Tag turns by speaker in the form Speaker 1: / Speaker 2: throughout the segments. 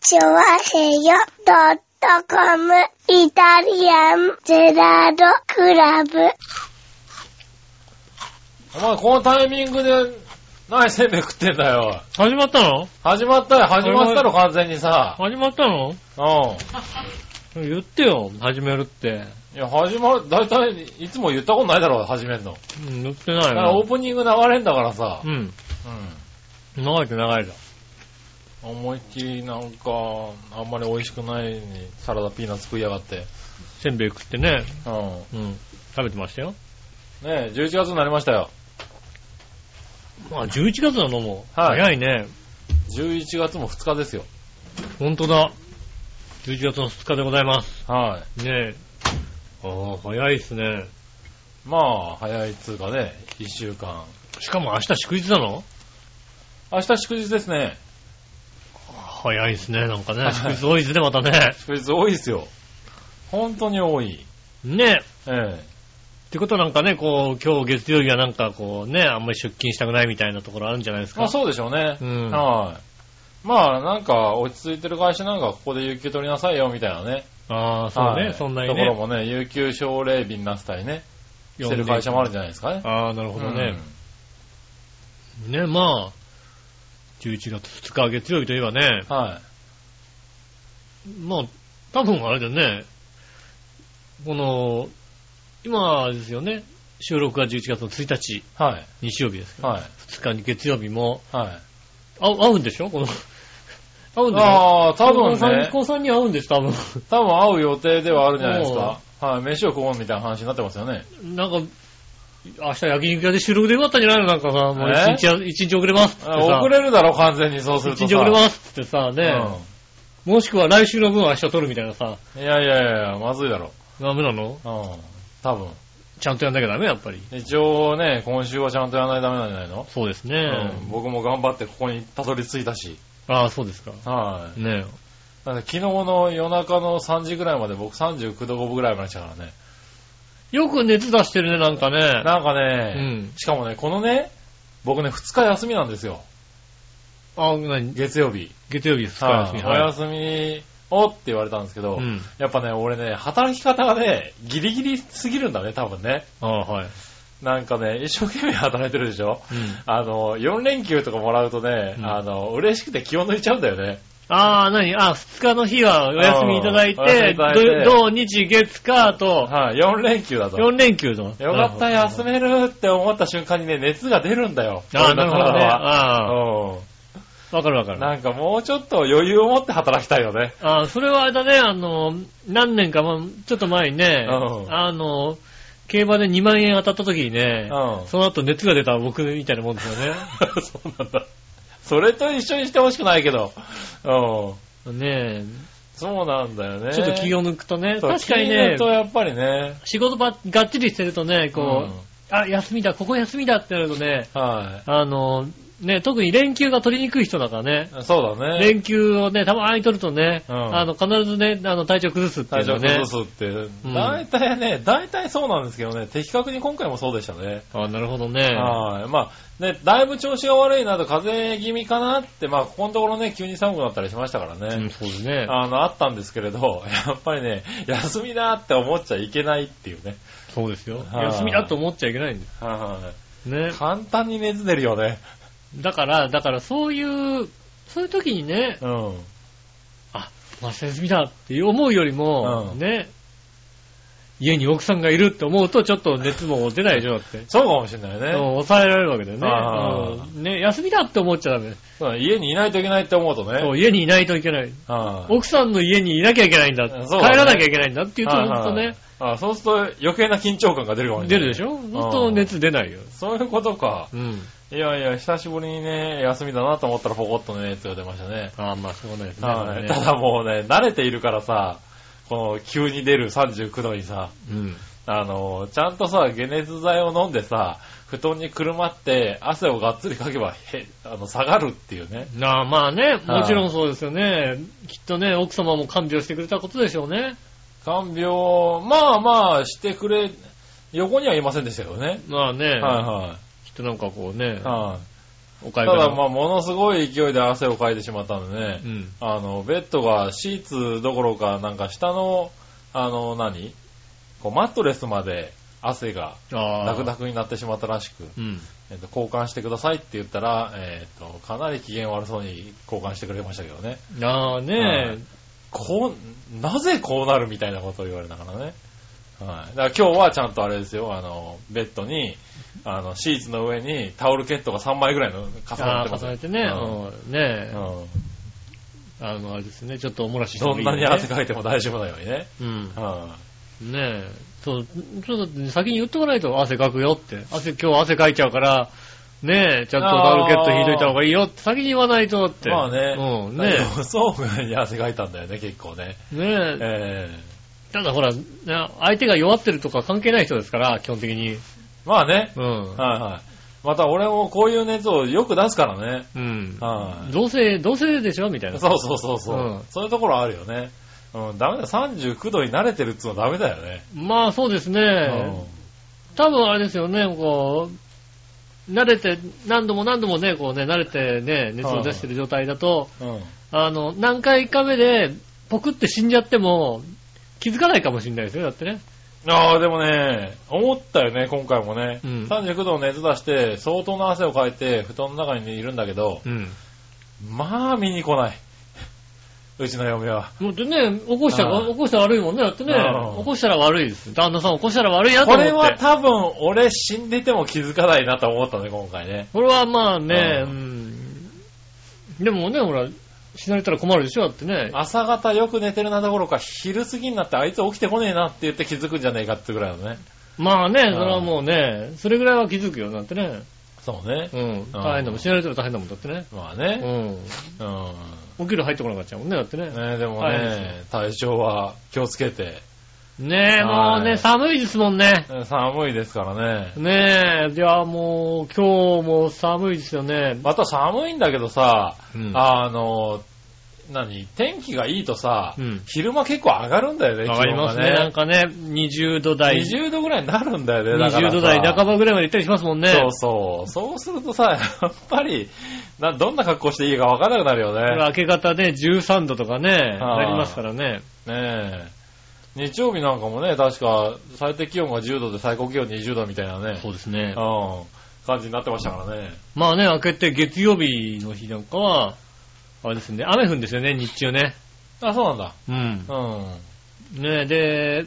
Speaker 1: チョワヘヨドットコムイタリアンゼラードクラブ。
Speaker 2: お前このタイミングで、何せんべい食ってんだよ。
Speaker 3: 始まったの
Speaker 2: 始まったよ、始まったの完全にさ。
Speaker 3: 始まったの
Speaker 2: うん。
Speaker 3: 言ってよ、始めるって。
Speaker 2: いや、始まる、だいたい、いつも言ったことないだろ、始めんの。
Speaker 3: うん、言ってな
Speaker 2: だ
Speaker 3: い
Speaker 2: から
Speaker 3: な
Speaker 2: オー。プニング流れんだからさ
Speaker 3: う。ん。
Speaker 2: う
Speaker 3: 長いって長い
Speaker 2: ん。
Speaker 3: だ。
Speaker 2: 思いっきりなんか、あんまり美味しくないのにサラダピーナッツ食いやがって。
Speaker 3: せんべい食ってね。
Speaker 2: うん。
Speaker 3: うん。食べてましたよ。
Speaker 2: ねえ、11月になりましたよ。
Speaker 3: まあ、11月なのもう。
Speaker 2: はい
Speaker 3: 早いね。
Speaker 2: 11月も2日ですよ。
Speaker 3: ほんとだ。11月の2日でございます。
Speaker 2: はい。
Speaker 3: ねえ。ああ、早いですね。
Speaker 2: まあ、早いっつうかね、1週間。
Speaker 3: しかも明日祝日なの
Speaker 2: 明日祝日ですね。
Speaker 3: 早いですね、なんか
Speaker 2: は
Speaker 3: ね。
Speaker 2: い
Speaker 3: 祝日多いですね、またね。
Speaker 2: 祝日多いですよ。本当に多い。
Speaker 3: ねえ。
Speaker 2: ええ。
Speaker 3: ってことはなんかね、こう、今日月曜日はなんかこうね、あんまり出勤したくないみたいなところあるんじゃないです
Speaker 2: ま
Speaker 3: か
Speaker 2: あ。そうでしょうね。
Speaker 3: うん
Speaker 2: はい。まあなんか落ち着いてる会社なんかここで有給取りなさいよみたいなね。
Speaker 3: ああ、そう
Speaker 2: は
Speaker 3: ね、
Speaker 2: い
Speaker 3: そんなに
Speaker 2: ところ
Speaker 3: ね。
Speaker 2: もね、有給奨励日になってたりね、してる会社もあるんじゃないですかね。
Speaker 3: ああ、なるほどね。ね、まあ、11月2日月曜日といえばね、
Speaker 2: うんはい。
Speaker 3: まあ、多分あれだよね、この、今ですよね、収録が11月の1日、
Speaker 2: はい。
Speaker 3: 日曜日ですけど、
Speaker 2: はい。
Speaker 3: 2日に月曜日も、
Speaker 2: はい。
Speaker 3: あ合うんでしょこの、合うんでしょ
Speaker 2: ああ、多分
Speaker 3: 高校さん
Speaker 2: ね、
Speaker 3: 高さんに合うんです、多分。
Speaker 2: 多分会う予定ではあるじゃないですか。はい。飯を食おうみたいな話になってますよね。
Speaker 3: なんか、明日焼肉屋で収録でよかったんじゃないのなんかさ、もう1日や、一日遅れますってさ。
Speaker 2: 遅れるだろ、完全にそうすると
Speaker 3: 一
Speaker 2: さ。
Speaker 3: 日遅れますってさ、ね、もしくは来週の分は明日撮るみたいなさ、
Speaker 2: うん。いやいやいやいや、まずいだろ。
Speaker 3: ダメなの
Speaker 2: うん。多分。
Speaker 3: ちゃんとやんなきゃダメ、やっぱり。
Speaker 2: 一応ね、今週はちゃんとやらないとダメなんじゃないの
Speaker 3: そうですね。
Speaker 2: うん僕も頑張ってここにたどり着いたし、
Speaker 3: ああ、そうですか。
Speaker 2: はい。
Speaker 3: ね
Speaker 2: だって昨日の夜中の3時ぐらいまで僕39度5分ぐらいまでしたからね。
Speaker 3: えよく熱出してるね、なんかね。
Speaker 2: なんか
Speaker 3: う
Speaker 2: ね、
Speaker 3: ん。
Speaker 2: しかもね、このね、僕ね、2日休みなんですよ。
Speaker 3: あ、何
Speaker 2: 月曜日。
Speaker 3: 月曜日ですか、
Speaker 2: はい
Speaker 3: 休み
Speaker 2: お休みをって言われたんですけど、
Speaker 3: うん。
Speaker 2: やっぱね、俺ね、働き方がね、ギリギリすぎるんだね、多分ね。
Speaker 3: ああ、はい。
Speaker 2: なんかね、一生懸命働いてるでしょ
Speaker 3: うん。
Speaker 2: あの、4連休とかもらうとね、
Speaker 3: うん
Speaker 2: あの、嬉しくて気を抜いちゃうんだよね。
Speaker 3: ああ、何あ、二日の日はお休みいただい
Speaker 2: うんお休みい
Speaker 3: て、
Speaker 2: ただいて
Speaker 3: 土土日月火と、
Speaker 2: はい、4連休だと。
Speaker 3: 4連休の。
Speaker 2: よかった、
Speaker 3: なるほ
Speaker 2: 休めるって思った瞬間にね、熱が出るんだよ。
Speaker 3: どああ、なるほどね。
Speaker 2: 俺の体は
Speaker 3: ああ、わかるわか
Speaker 2: うん
Speaker 3: る。
Speaker 2: なんかもうちょっと余裕を持って働きたいよね。
Speaker 3: あーそれはあれだね、あの、何年か、まちょっと前にね、
Speaker 2: うん
Speaker 3: あの、競馬で2万円当たった時に
Speaker 2: うん。、
Speaker 3: ね
Speaker 2: そ
Speaker 3: その後熱が出た僕みたいなもんで すよ
Speaker 2: うなんだ。それと一緒にしてほしくないけど。うん。
Speaker 3: ね。ね
Speaker 2: そうなんだよね。
Speaker 3: え、ちょっと気
Speaker 2: を、
Speaker 3: を抜くとね、
Speaker 2: 確
Speaker 3: 確
Speaker 2: か
Speaker 3: か
Speaker 2: に
Speaker 3: に
Speaker 2: ね。
Speaker 3: ね、
Speaker 2: とやっぱりね。
Speaker 3: 仕事ばがっちりしてるとね、こう、あ、休みだ、ここ休みだってなるとね、
Speaker 2: うん。は
Speaker 3: あの、ね、特に連休が取りにくい人だからね、
Speaker 2: い。そうだね。
Speaker 3: 連休をね、たまに取るとね、
Speaker 2: うん
Speaker 3: あの、必ずね、あの、体調崩すってい
Speaker 2: 体
Speaker 3: うの
Speaker 2: 調
Speaker 3: はね。
Speaker 2: 崩すって。
Speaker 3: うん
Speaker 2: 大体ね、大体そうなんですけどね、的確に今回もそうでしたね。
Speaker 3: あなるほどね。
Speaker 2: はい。まあ、ね、だいぶ調子が悪いなと、風邪気味かなって、まあ、ここのところね、急に寒くなったりしましたから
Speaker 3: うん、
Speaker 2: ね。
Speaker 3: そうですね。
Speaker 2: あの、あったんですけれど、 やっぱりね、休みだって思っちゃいけないっていうね。
Speaker 3: そうですよ。
Speaker 2: はい
Speaker 3: 休みだと思っちゃいけないんです。
Speaker 2: は
Speaker 3: ね
Speaker 2: い。。簡単に熱出るよね。
Speaker 3: だから、だからそういう、そういう時にね、
Speaker 2: うん。
Speaker 3: あ、まあ休みだって思うよりも、
Speaker 2: うん
Speaker 3: ね、家に奥さんがいるって思うとちょっと熱も出ないでしょ、だって。
Speaker 2: そうかもしれない
Speaker 3: うん
Speaker 2: ね。
Speaker 3: 抑えられるわけだ
Speaker 2: あ
Speaker 3: よ
Speaker 2: あ
Speaker 3: ね。うんね、休みだって思っちゃダメ。
Speaker 2: そう家にいないといけないって思うと
Speaker 3: そう
Speaker 2: ね。
Speaker 3: 家にいないといけない。
Speaker 2: はい
Speaker 3: 奥さんの家にいなきゃいけないんだ。
Speaker 2: そう
Speaker 3: 帰
Speaker 2: だね
Speaker 3: らなきゃいけないんだっていうと、
Speaker 2: はい
Speaker 3: ほ
Speaker 2: は
Speaker 3: ん
Speaker 2: い
Speaker 3: とね、
Speaker 2: あそうすると余計な緊張感が出るかもしれ
Speaker 3: 出
Speaker 2: ない。
Speaker 3: るでし
Speaker 2: ょ
Speaker 3: ょほんと熱出ないよ。
Speaker 2: そういうことか。
Speaker 3: うん。
Speaker 2: いやいや、久しぶりにね、休みだなと思ったらポコッとね、熱が出ましたね。
Speaker 3: ああ、まあ、そういうことですね。
Speaker 2: はい。
Speaker 3: だ
Speaker 2: た
Speaker 3: からね
Speaker 2: だもうね、慣れているからさ、この急に出る39度にさ、
Speaker 3: うん。
Speaker 2: あの、ちゃんとさ、解熱剤を飲んでさ、布団にくるまって汗をがっつりかけば、へ、あの、下がるっていうね。
Speaker 3: なあ、まあね、
Speaker 2: はい
Speaker 3: もちろんそうですよね。きっとね、奥様も看病してくれたことでしょうね。
Speaker 2: 看病、まあまあしてくれ、横にはいませんでしたけどね。
Speaker 3: まあね、
Speaker 2: は
Speaker 3: きっとなんかこうね
Speaker 2: いはい。、は
Speaker 3: おか
Speaker 2: た
Speaker 3: ゆから。
Speaker 2: だ、まあ、ものすごい勢いで汗をかいてしまったんでね
Speaker 3: う、ん。
Speaker 2: あの、ベッドがシーツどころか、なんか下の、あの、何こう、マットレスまで汗が、
Speaker 3: ああ。
Speaker 2: ダクダクになってしまったらしく、
Speaker 3: うん。
Speaker 2: えっと、交換してくださいって言ったら、えっと、かなり機嫌悪そうに交換してくれましたけどね。
Speaker 3: ああ
Speaker 2: は
Speaker 3: ね
Speaker 2: いこう、なぜこうなるみたいなことを言われたからね。はい。だから今日はちゃんとあれですよ、あの、ベッドに、あの、シーツの上にタオルケットが3枚ぐらいの重な
Speaker 3: あ
Speaker 2: って
Speaker 3: あ
Speaker 2: ます
Speaker 3: 重
Speaker 2: よ
Speaker 3: ねてね、
Speaker 2: うん
Speaker 3: うんねえ、
Speaker 2: うん
Speaker 3: あの、あれですね、ちょっとおもらしして
Speaker 2: ど
Speaker 3: もい
Speaker 2: ん
Speaker 3: いよ
Speaker 2: な
Speaker 3: ね
Speaker 2: に汗かいても大丈夫なようにね。
Speaker 3: うん。
Speaker 2: うん。
Speaker 3: ねえ、そう、ちょっと先に言っとかないと汗かくよって。汗、今日汗かいちゃうから、ねえ、ちゃんとタオルケット引いといた方がいいよって先に言わないとって。
Speaker 2: まあね。
Speaker 3: うん、ね
Speaker 2: 予想外に汗かいたんだよね、結構ね。
Speaker 3: え。ねえ、
Speaker 2: ええ
Speaker 3: ただほら、な相手が弱ってるとか関係ない人ですから、基本的に。
Speaker 2: まあね。
Speaker 3: うん。
Speaker 2: はいはい。また俺もこういう熱をよく出すからね。
Speaker 3: うん。
Speaker 2: はい。
Speaker 3: どうせ、どうせでしょみたいな。
Speaker 2: そうそうそうそう。
Speaker 3: うん
Speaker 2: そういうところあるよね。うん、ダメだ。39度に慣れてるっつうのはダメだよね。
Speaker 3: まあそうですね。多分あれですよね、こう、慣れて、何度も何度もね、こうね、慣れてね、熱を出してる状態だと、
Speaker 2: うん。うん。
Speaker 3: あの、何回か目で、ポクって死んじゃっても、気づかないかもしれないですよ、だってね。
Speaker 2: ああ、でもね、思ったよね、今回もね。
Speaker 3: うん
Speaker 2: 39度の熱出して、相当な汗をかいて、布団の中にいるんだけど、
Speaker 3: うん。
Speaker 2: まあ見に来ない。うちの嫁は。
Speaker 3: だってね、起こしたら、
Speaker 2: はい
Speaker 3: 起こしたら悪いもんね、だってね
Speaker 2: う。ん
Speaker 3: 起こしたら悪いです。旦那さん起こしたら悪いやと
Speaker 2: こ
Speaker 3: 思って。
Speaker 2: れは多分、俺死んでても気づかないなと思ったね、今回ね。
Speaker 3: これはまあね、う。
Speaker 2: うん
Speaker 3: でもね、ほら、死なれたら困るでしょ、だってね。
Speaker 2: 朝方よく寝てるなどころか、昼過ぎになってあいつ起きてこねえなって言って気づくんじゃねえかってぐらいのね。
Speaker 3: まあね、それはもうね、それぐらいは気づくよ、だってね。
Speaker 2: そうね
Speaker 3: う。ん。大変だもん、死なれたら大変だもん、だってね。
Speaker 2: まあ
Speaker 3: う
Speaker 2: ね。
Speaker 3: ん。
Speaker 2: うん。
Speaker 3: 起きる入ってこなかったもんね、だってね。
Speaker 2: ねでも
Speaker 3: 大変で
Speaker 2: ね、体調は気をつけて。
Speaker 3: ねえ、もう
Speaker 2: は
Speaker 3: ね、
Speaker 2: い
Speaker 3: 寒いですもんね。
Speaker 2: 寒いですからね。
Speaker 3: ねえ、じゃあもう、今日も寒いですよね。
Speaker 2: また寒いんだけどさ、
Speaker 3: うん
Speaker 2: あの、何天気がいいとさ、
Speaker 3: うん
Speaker 2: 昼間結構上がるんだよね、
Speaker 3: わかりますね。
Speaker 2: 気温が
Speaker 3: なんかね、20度台、20
Speaker 2: 20度ぐらいになるんだよね、だからさ
Speaker 3: 度台半ばぐらいまで行ったりしますもんね。
Speaker 2: そうそう。そうするとさ、やっぱり、などんな格好していいかわからなくなるよ
Speaker 3: これ
Speaker 2: ね。
Speaker 3: 明け方ね、13度とかね、
Speaker 2: あー
Speaker 3: なりますからね。
Speaker 2: ねえ。日曜日なんかもね、確か最低気温が10度で最高気温20度みたいなね、
Speaker 3: そうですね。
Speaker 2: うん、感じになってましたからね。
Speaker 3: まあね、明けて月曜日の日なんかは、あれですね、雨降るんですよね、日中ね。
Speaker 2: あ、そうなんだ。
Speaker 3: うん。
Speaker 2: うん。は
Speaker 3: ねえで、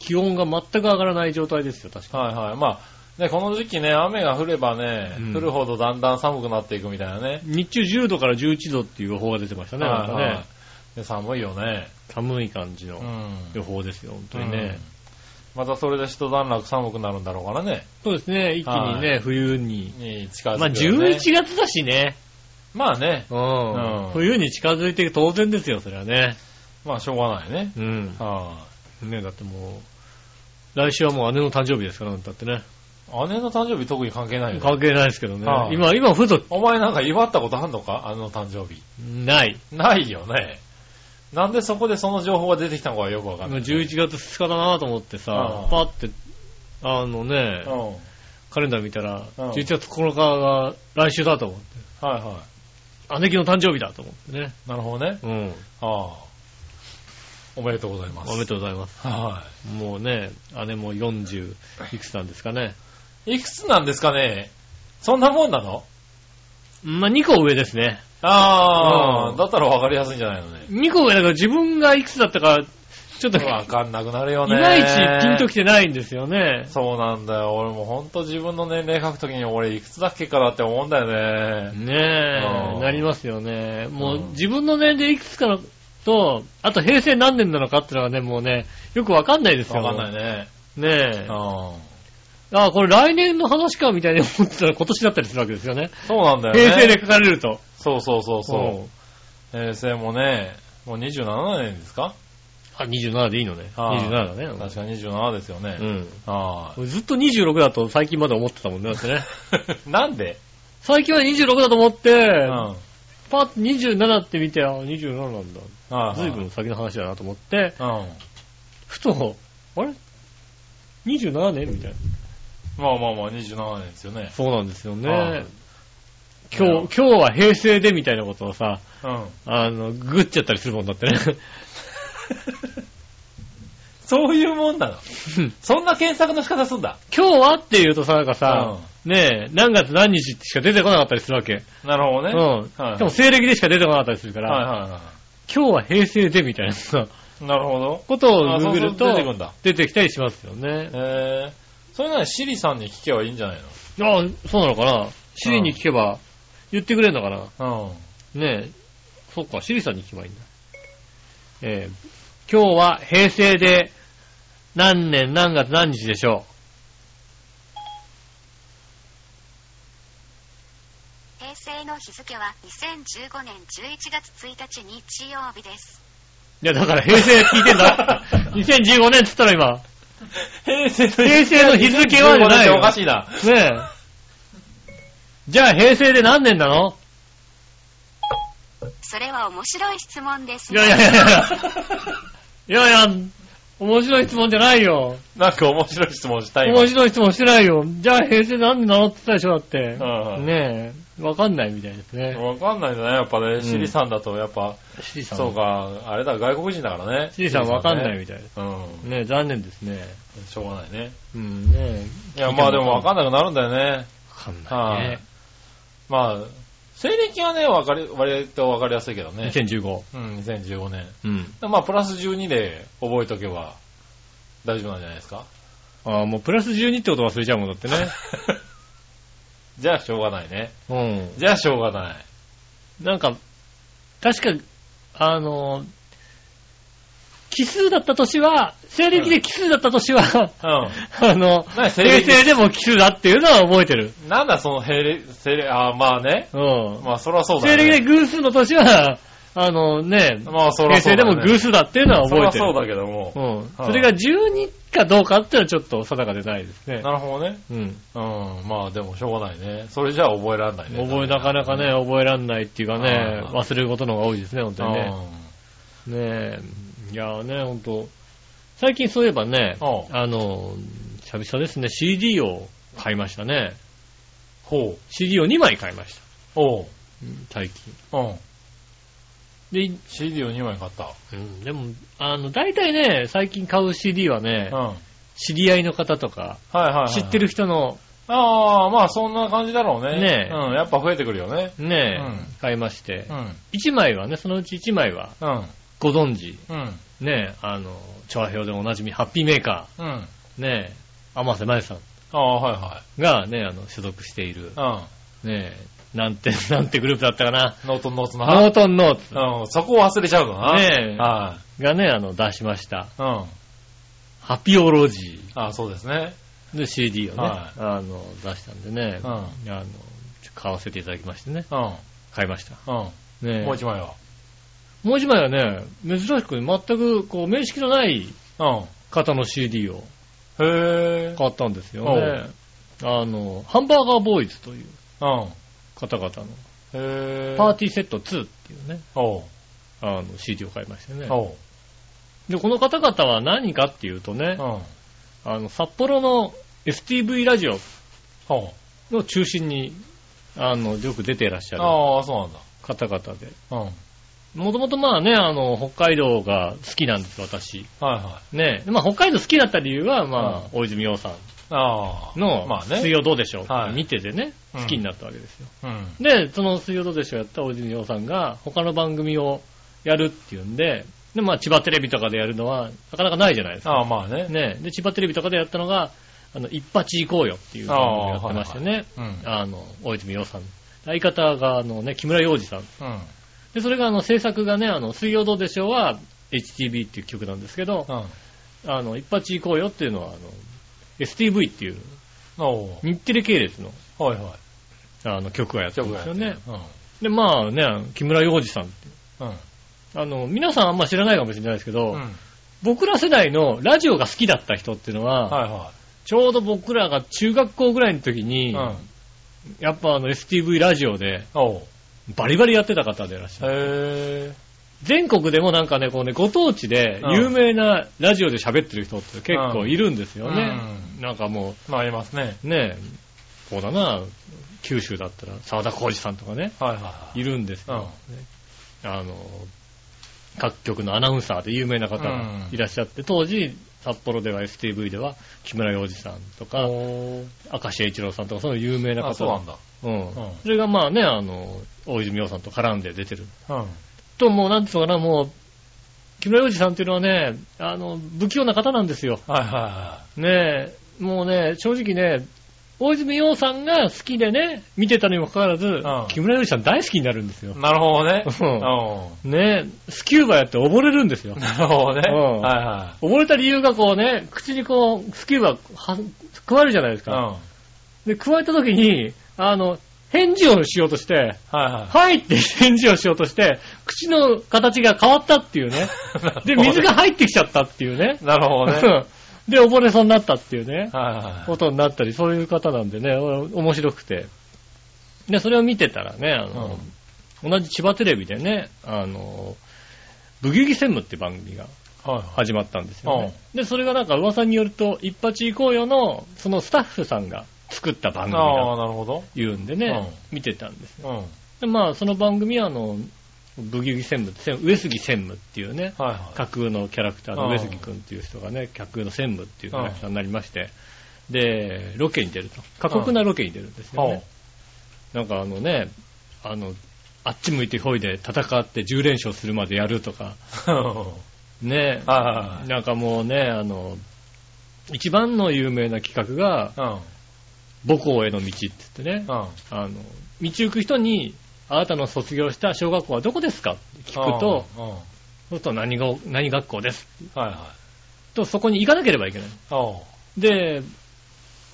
Speaker 3: 気温が全く上がらない状態ですよ、確
Speaker 2: い
Speaker 3: か。
Speaker 2: はい。まあ、ね、この時期ね、雨が降ればね、
Speaker 3: うん
Speaker 2: 降るほどだんだん寒くなっていくみたいなね。
Speaker 3: 日中10度から11度っていう予報が出てましたね、なんか
Speaker 2: はいは
Speaker 3: ね
Speaker 2: い。で寒いよね。
Speaker 3: 寒い感じの。
Speaker 2: うん。
Speaker 3: 予報ですよ、本当
Speaker 2: に
Speaker 3: にね。。
Speaker 2: またそれで一段落寒くなるんだろうからね。
Speaker 3: そうですね、一気にね、
Speaker 2: は
Speaker 3: 冬に。
Speaker 2: に近づく、
Speaker 3: まあ、11。月だしね。
Speaker 2: まあね。
Speaker 3: うん
Speaker 2: うん
Speaker 3: 冬に近づいて当然ですよ、それはね。
Speaker 2: まあ、しょうがないね。
Speaker 3: うん。
Speaker 2: は
Speaker 3: ね、だってもう、来週はもう姉の誕生日ですから、だってね。
Speaker 2: い。姉の誕生日特に関係ないよね。
Speaker 3: 関係ないですけどね
Speaker 2: は。い
Speaker 3: 今、今、ふと、
Speaker 2: お前なんか祝ったことあんのか姉の誕生日。
Speaker 3: ない。
Speaker 2: ないよね。なんでそこでその情報が出てきたのかはよくわかん
Speaker 3: 今
Speaker 2: ない。
Speaker 3: 11月2日だなと思ってさ
Speaker 2: う、ん
Speaker 3: パって、あのね、
Speaker 2: うん。はい
Speaker 3: カレンダー見たら、
Speaker 2: うん
Speaker 3: 11月9日が来週だと思って、
Speaker 2: は
Speaker 3: 姉貴の誕生日だと思ってね。
Speaker 2: い。なるほどね。
Speaker 3: うん。
Speaker 2: ああ。おめでとうございます。
Speaker 3: おめでとうございます。
Speaker 2: は
Speaker 3: もうね、姉も40いくつなんですかね。
Speaker 2: い。いくつなんですかねそんなもんなの
Speaker 3: まあ、2個上ですね。
Speaker 2: ああ、
Speaker 3: うん
Speaker 2: だったらわかりやすいんじゃないのね。
Speaker 3: 2個上だから自分がいくつだったか、ちょっと、い
Speaker 2: わかんなくなるよね。
Speaker 3: まいちピンときてないんですよね。
Speaker 2: そうなんだよ。俺もほんと自分の年齢書くときに俺いくつだっけかなって思うんだよね。
Speaker 3: ね
Speaker 2: う
Speaker 3: え、
Speaker 2: ん
Speaker 3: なりますよね。もう
Speaker 2: うん
Speaker 3: 自分の年齢いくつかのと、あと平成何年なのかってのはね、もうね、よくわかんないですよ。
Speaker 2: わかんないね。
Speaker 3: ね
Speaker 2: う。
Speaker 3: え
Speaker 2: ん。
Speaker 3: あ、これ来年の話かみたいに思ってたら今年だったりするわけですよね。
Speaker 2: そうなんだよね。
Speaker 3: 平成で書かれると。
Speaker 2: そうそうそうそう。平成もね、もう27年ですか
Speaker 3: あ、27でいいのね。
Speaker 2: はい
Speaker 3: 27だ
Speaker 2: 確
Speaker 3: ね。
Speaker 2: か27ですよね。
Speaker 3: うん。
Speaker 2: は
Speaker 3: ずっと26だと最近まで思ってたもんね、だ ってね。
Speaker 2: い。なんで
Speaker 3: 最近は26だと思って、
Speaker 2: うん。はい
Speaker 3: パッと27って見て、あ、27なんだ。
Speaker 2: はい。
Speaker 3: 随分先の話だなと思って、
Speaker 2: うん。
Speaker 3: ふと、あれ ?27 年みたいな。
Speaker 2: まあまあまあ、27年ですよね。
Speaker 3: そうなんですよね
Speaker 2: はい。
Speaker 3: 今日、今日は平成でみたいなことをさ、
Speaker 2: うん。
Speaker 3: あの、グっちゃったりするもんだ ってね。
Speaker 2: そういうもんなの。そんな検索の仕方すんだ。
Speaker 3: 今日はって言うとさ、なんかさ、ねえ、何月何日ってしか出てこなかったりするわけ。
Speaker 2: なるほどね。
Speaker 3: うん。
Speaker 2: はいはい
Speaker 3: でも西暦でしか出てこなかったりするから、
Speaker 2: はいはいは
Speaker 3: 今日は平成でみたいなさ、
Speaker 2: い。なるほど。
Speaker 3: ことを
Speaker 2: あ
Speaker 3: グ
Speaker 2: そう
Speaker 3: グ
Speaker 2: する
Speaker 3: ると
Speaker 2: と出てくんだ
Speaker 3: 出てきたりしますよね。
Speaker 2: えー、それならシリさんに聞けばいいんじゃない
Speaker 3: あそうなのかなシリに聞けば言ってくれるのかな、
Speaker 2: の
Speaker 3: ねえ、そっか、シリさんに聞けばいいんだ。えー今日は平成で何年何月何日でしょ
Speaker 4: 平成の日付は2015年11月1日日曜日です。
Speaker 3: ういや、だから平成聞いて んだ。2015年っつったら今。
Speaker 2: うん。平成の
Speaker 3: 平成の日付はじゃないよ
Speaker 2: おかしいな。
Speaker 3: ねえ。じゃあ平成で何年なの
Speaker 4: それは面白い質問です
Speaker 3: い
Speaker 4: ね。
Speaker 3: やいやいやいや。いやいや、面白い質問じゃないよ。
Speaker 2: なんか面白い質問したい。
Speaker 3: 面白い質問してないよ。じゃあ平成何年なのって言ったでしょ、だって。
Speaker 2: うんうん
Speaker 3: ねえ、わかんないみたいです ね。
Speaker 2: わかんないんだね、やっぱね。
Speaker 3: ん
Speaker 2: シリさんだと、やっぱ、
Speaker 3: シリさん。
Speaker 2: そうか、あれだ、外国人だからね。
Speaker 3: シリさんわかんない
Speaker 2: ね。
Speaker 3: みたいです。
Speaker 2: うん。
Speaker 3: ねえ、残念ですね。
Speaker 2: しょうがないね。
Speaker 3: うん、ね
Speaker 2: いや、まあでもわかんなくなるんだよね。
Speaker 3: え。わかんな
Speaker 2: はいい
Speaker 3: ね。
Speaker 2: まあ、西暦はね、わかり、割とわかりやすいけどね。
Speaker 3: 2015。
Speaker 2: うん、2015年。
Speaker 3: うん。
Speaker 2: まあ、プラス12で覚えとけば大丈夫なんじゃないですか
Speaker 3: ああ、もうプラス12ってこと忘れちゃうもんだってね。
Speaker 2: じゃあ、しょうがないね。
Speaker 3: うん。
Speaker 2: じゃあ、しょうがない。
Speaker 3: なんか、確か、あの、奇数だった年は、西暦で奇数だった年は、
Speaker 2: う
Speaker 3: あの、
Speaker 2: 何西
Speaker 3: 平
Speaker 2: 暦
Speaker 3: 成でも奇数だっていうのは覚えてる。
Speaker 2: ん。なんだ、その、平暦、西暦、あーまあね。
Speaker 3: うん。
Speaker 2: まあ、そらそうだ
Speaker 3: 西
Speaker 2: よ
Speaker 3: 暦で
Speaker 2: ね。
Speaker 3: 偶数の年は、あのね、
Speaker 2: まあ、そら
Speaker 3: 平
Speaker 2: そ
Speaker 3: 成
Speaker 2: うだ
Speaker 3: で
Speaker 2: よね。
Speaker 3: も偶数だっていうのは
Speaker 2: そ
Speaker 3: 覚え
Speaker 2: ら
Speaker 3: てる。
Speaker 2: そうだけども。
Speaker 3: うん。
Speaker 2: はい
Speaker 3: それが12かどうかっていうのはちょっと定かでないですね。
Speaker 2: なるほどね。
Speaker 3: うん。
Speaker 2: うん。まあ、でも、しょうがないね。それじゃあ、覚えられないね。
Speaker 3: 覚え、なかなかね、覚えらんないっていうかね、
Speaker 2: あー
Speaker 3: 忘れることの方が多いですね、本
Speaker 2: う
Speaker 3: 当
Speaker 2: ん。
Speaker 3: にね。ねえ、いやーね、ほんと、最近そういえばね、
Speaker 2: うん
Speaker 3: あの、久々ですね、CD を買いましたね。
Speaker 2: ほう。
Speaker 3: CD を2枚買いました。
Speaker 2: おう。
Speaker 3: 最近。
Speaker 2: うん。
Speaker 3: で、い
Speaker 2: CD を2枚買った。
Speaker 3: うん、でも、あの、大体ね、最近買う CD はね
Speaker 2: うん。、はい
Speaker 3: 知り合いの方とか、
Speaker 2: はいはい。
Speaker 3: 知ってる人の、
Speaker 2: ああ、まあそんな感じだろうね。
Speaker 3: ねえ
Speaker 2: うん、やっぱ増えてくるよね。
Speaker 3: ねえ、
Speaker 2: うん
Speaker 3: 買いまして
Speaker 2: う、ん、
Speaker 3: 1枚はね、そのうち1枚は
Speaker 2: うん、
Speaker 3: ご存知、
Speaker 2: うん、
Speaker 3: ねえ、あの、調和表でおなじみ、ハッピーメーカ
Speaker 2: うん。
Speaker 3: ー、ねえ、天瀬まゆさん
Speaker 2: ああ、は
Speaker 3: がね、あの、所属している、
Speaker 2: いは
Speaker 3: ねえ、なんて、 なんてグループだったかな。
Speaker 2: い。うん。ノートノートの話。
Speaker 3: ノートンノーツ
Speaker 2: うん、そこを忘れちゃうのな。
Speaker 3: ねえ
Speaker 2: は
Speaker 3: がね、あの、出しました。
Speaker 2: い。うん。
Speaker 3: ハピオロジ
Speaker 2: ああ、そうですね。
Speaker 3: ーの CD をね、
Speaker 2: は
Speaker 3: あの、出したんでね、
Speaker 2: うん、うん、
Speaker 3: あの、買わせていただきましてね、
Speaker 2: う
Speaker 3: 買いました。
Speaker 2: ん。
Speaker 3: ね
Speaker 2: もう一枚は。
Speaker 3: もう一枚はね、珍しく全く、こう、面識のない方の CD を
Speaker 2: うん。へえ。
Speaker 3: 買ったんですよね。あの、ハンバーガーボーイズという
Speaker 2: うん。
Speaker 3: 方々の、
Speaker 2: へえ。
Speaker 3: パー
Speaker 2: テ
Speaker 3: ティーセット2っていうね、
Speaker 2: おう。
Speaker 3: あの、CD を買いましてね。
Speaker 2: おう。
Speaker 3: で、この方々は何かっていうとね
Speaker 2: うん。、おう。
Speaker 3: あの、札幌の STV ラジオの中心に、あの、よく出ていらっしゃる
Speaker 2: ああ、そうなんだ。
Speaker 3: 方々で。
Speaker 2: うん。
Speaker 3: もともとまあね、あの、北海道が好きなんです、私。
Speaker 2: はいはい。
Speaker 3: ね。でまあ、北海道好きだった理由は、まあ、大泉洋さ
Speaker 2: あ
Speaker 3: んの、
Speaker 2: まあね
Speaker 3: 水曜どうでしょう、
Speaker 2: はい
Speaker 3: 見ててね、
Speaker 2: うん
Speaker 3: 好きになったわけですよ。
Speaker 2: あ。うん。
Speaker 3: で、その水曜どうでしょうやった大泉洋さんが、他の番組をやるっていうんで、で、まあ、千葉テレビとかでやるのは、なかなかないじゃないですか。
Speaker 2: ああ、まあね。
Speaker 3: ね。で、千葉テレビとかでやったのが、あの、一発行こうよっていう番組をやってましてね。
Speaker 2: うん。
Speaker 3: あの、大泉洋さん。相方が、あのね、木村洋二さん。
Speaker 2: うん。
Speaker 3: で、それが、あの、制作がね、あの、水曜どうでしょうは、HTB っていう曲なんですけど
Speaker 2: う、ん。
Speaker 3: あの、一発行こうよっていうのは、あの、STV っていう、
Speaker 2: おう。
Speaker 3: 日テレ系列の、
Speaker 2: はいは
Speaker 3: あの、曲がやっ
Speaker 2: い。
Speaker 3: てるんですよね。
Speaker 2: う
Speaker 3: で、まあね、木村洋二さんって
Speaker 2: ん。うん。
Speaker 3: あの、皆さんあんま知らないかもしれないですけど、
Speaker 2: うん。
Speaker 3: 僕ら世代のラジオが好きだった人っていうのは、
Speaker 2: はいは
Speaker 3: ちょうど僕らが中学校ぐらいの時
Speaker 2: い。
Speaker 3: に、
Speaker 2: うん。
Speaker 3: やっぱあの STV ラジオで
Speaker 2: おう。
Speaker 3: バリバリやってた方でいらっしゃる。
Speaker 2: へ
Speaker 3: 全国でもなんかね、こうね、ご当地で有名なラジオで喋ってる人って結構いるんですよね。なんかも
Speaker 2: ー。まあ、いますね。
Speaker 3: う、ね、こうだな、九州だったら、沢田浩二さんとかね、
Speaker 2: はいはい
Speaker 3: いるんですけど、ねあの、各局のアナウンサーで有名な方がいらっしゃって、当時、札幌では STV では木村洋二さんと
Speaker 2: はい。
Speaker 3: か、
Speaker 2: おー
Speaker 3: 明石家一郎さんとか、そういう有名な
Speaker 2: あ、
Speaker 3: 方
Speaker 2: そうなんだ。
Speaker 3: うん
Speaker 2: うん
Speaker 3: それがまあね、あの、大泉洋さんと絡んで出てる。
Speaker 2: うん。
Speaker 3: と、もうなんつうのかな、もう、木村洋二さんっていうのはね、あの、不器用な方なんですよ。
Speaker 2: はいはいは
Speaker 3: ねえ、もうね、正直ね、大泉洋さんが好きでね、見てたにもかかわらず、
Speaker 2: ん
Speaker 3: 木村洋二さん大好きになるんです よ
Speaker 2: い。。なるほどね。
Speaker 3: う
Speaker 2: う
Speaker 3: ねえ、スキューバやって溺れるんですよ
Speaker 2: ん。。なるほどね。
Speaker 3: うん
Speaker 2: はいは
Speaker 3: 溺れた理由がこうね、口にこう、スキューバは、くわえるじゃないです
Speaker 2: い。うん。
Speaker 3: か。
Speaker 2: は
Speaker 3: で、くわえた時に、あの、返事をしようとして、
Speaker 2: いは
Speaker 3: はいって返事をしようとして、口の形が変わったっていう ね。
Speaker 2: い。
Speaker 3: で、水が。入ってきちゃったっていうね。
Speaker 2: なるほどね。
Speaker 3: で、溺れそうになったっていうね、
Speaker 2: はいはい。
Speaker 3: ことになったり、そういう方なんでね、お面白くて。で、それを見てたらね、あの、同じ千葉テレビでね、あの、ブギウギ専務って番組が
Speaker 2: はいはい。
Speaker 3: 始まったんですよね。で、それがなんか噂によると、一発行こうよの、そのスタッフさんが作った番 組
Speaker 2: あ
Speaker 3: だ
Speaker 2: あ、なるほど。
Speaker 3: というんでね、見てたんです。
Speaker 2: うん。はい
Speaker 3: で、まあ、その番組は、あの、ブギウギ専務って、上杉専務っていうね、
Speaker 2: はい。
Speaker 3: 架空のキャラクター
Speaker 2: う
Speaker 3: の
Speaker 2: ん
Speaker 3: 上杉君っていう人がね、架空の専務っていうキャラクターになりまして、で、ロケに出ると。過酷なロケに出るんですよね。なんかあのね、あの、あっち向いてほいで戦って10連勝するまでやるとか、ね、
Speaker 2: は
Speaker 3: なんかもうね、あの、一番の有名な企画が、
Speaker 2: いはい。
Speaker 3: 母校への道って言ってね、
Speaker 2: うん。うん。
Speaker 3: あの、道行く人に、あなたの卒業した小学校はどこですかって聞くと、
Speaker 2: うん、うんはい
Speaker 3: そうすると何が、何学校です。
Speaker 2: はい。
Speaker 3: と、そこに行かなければいけない。
Speaker 2: おう
Speaker 3: で、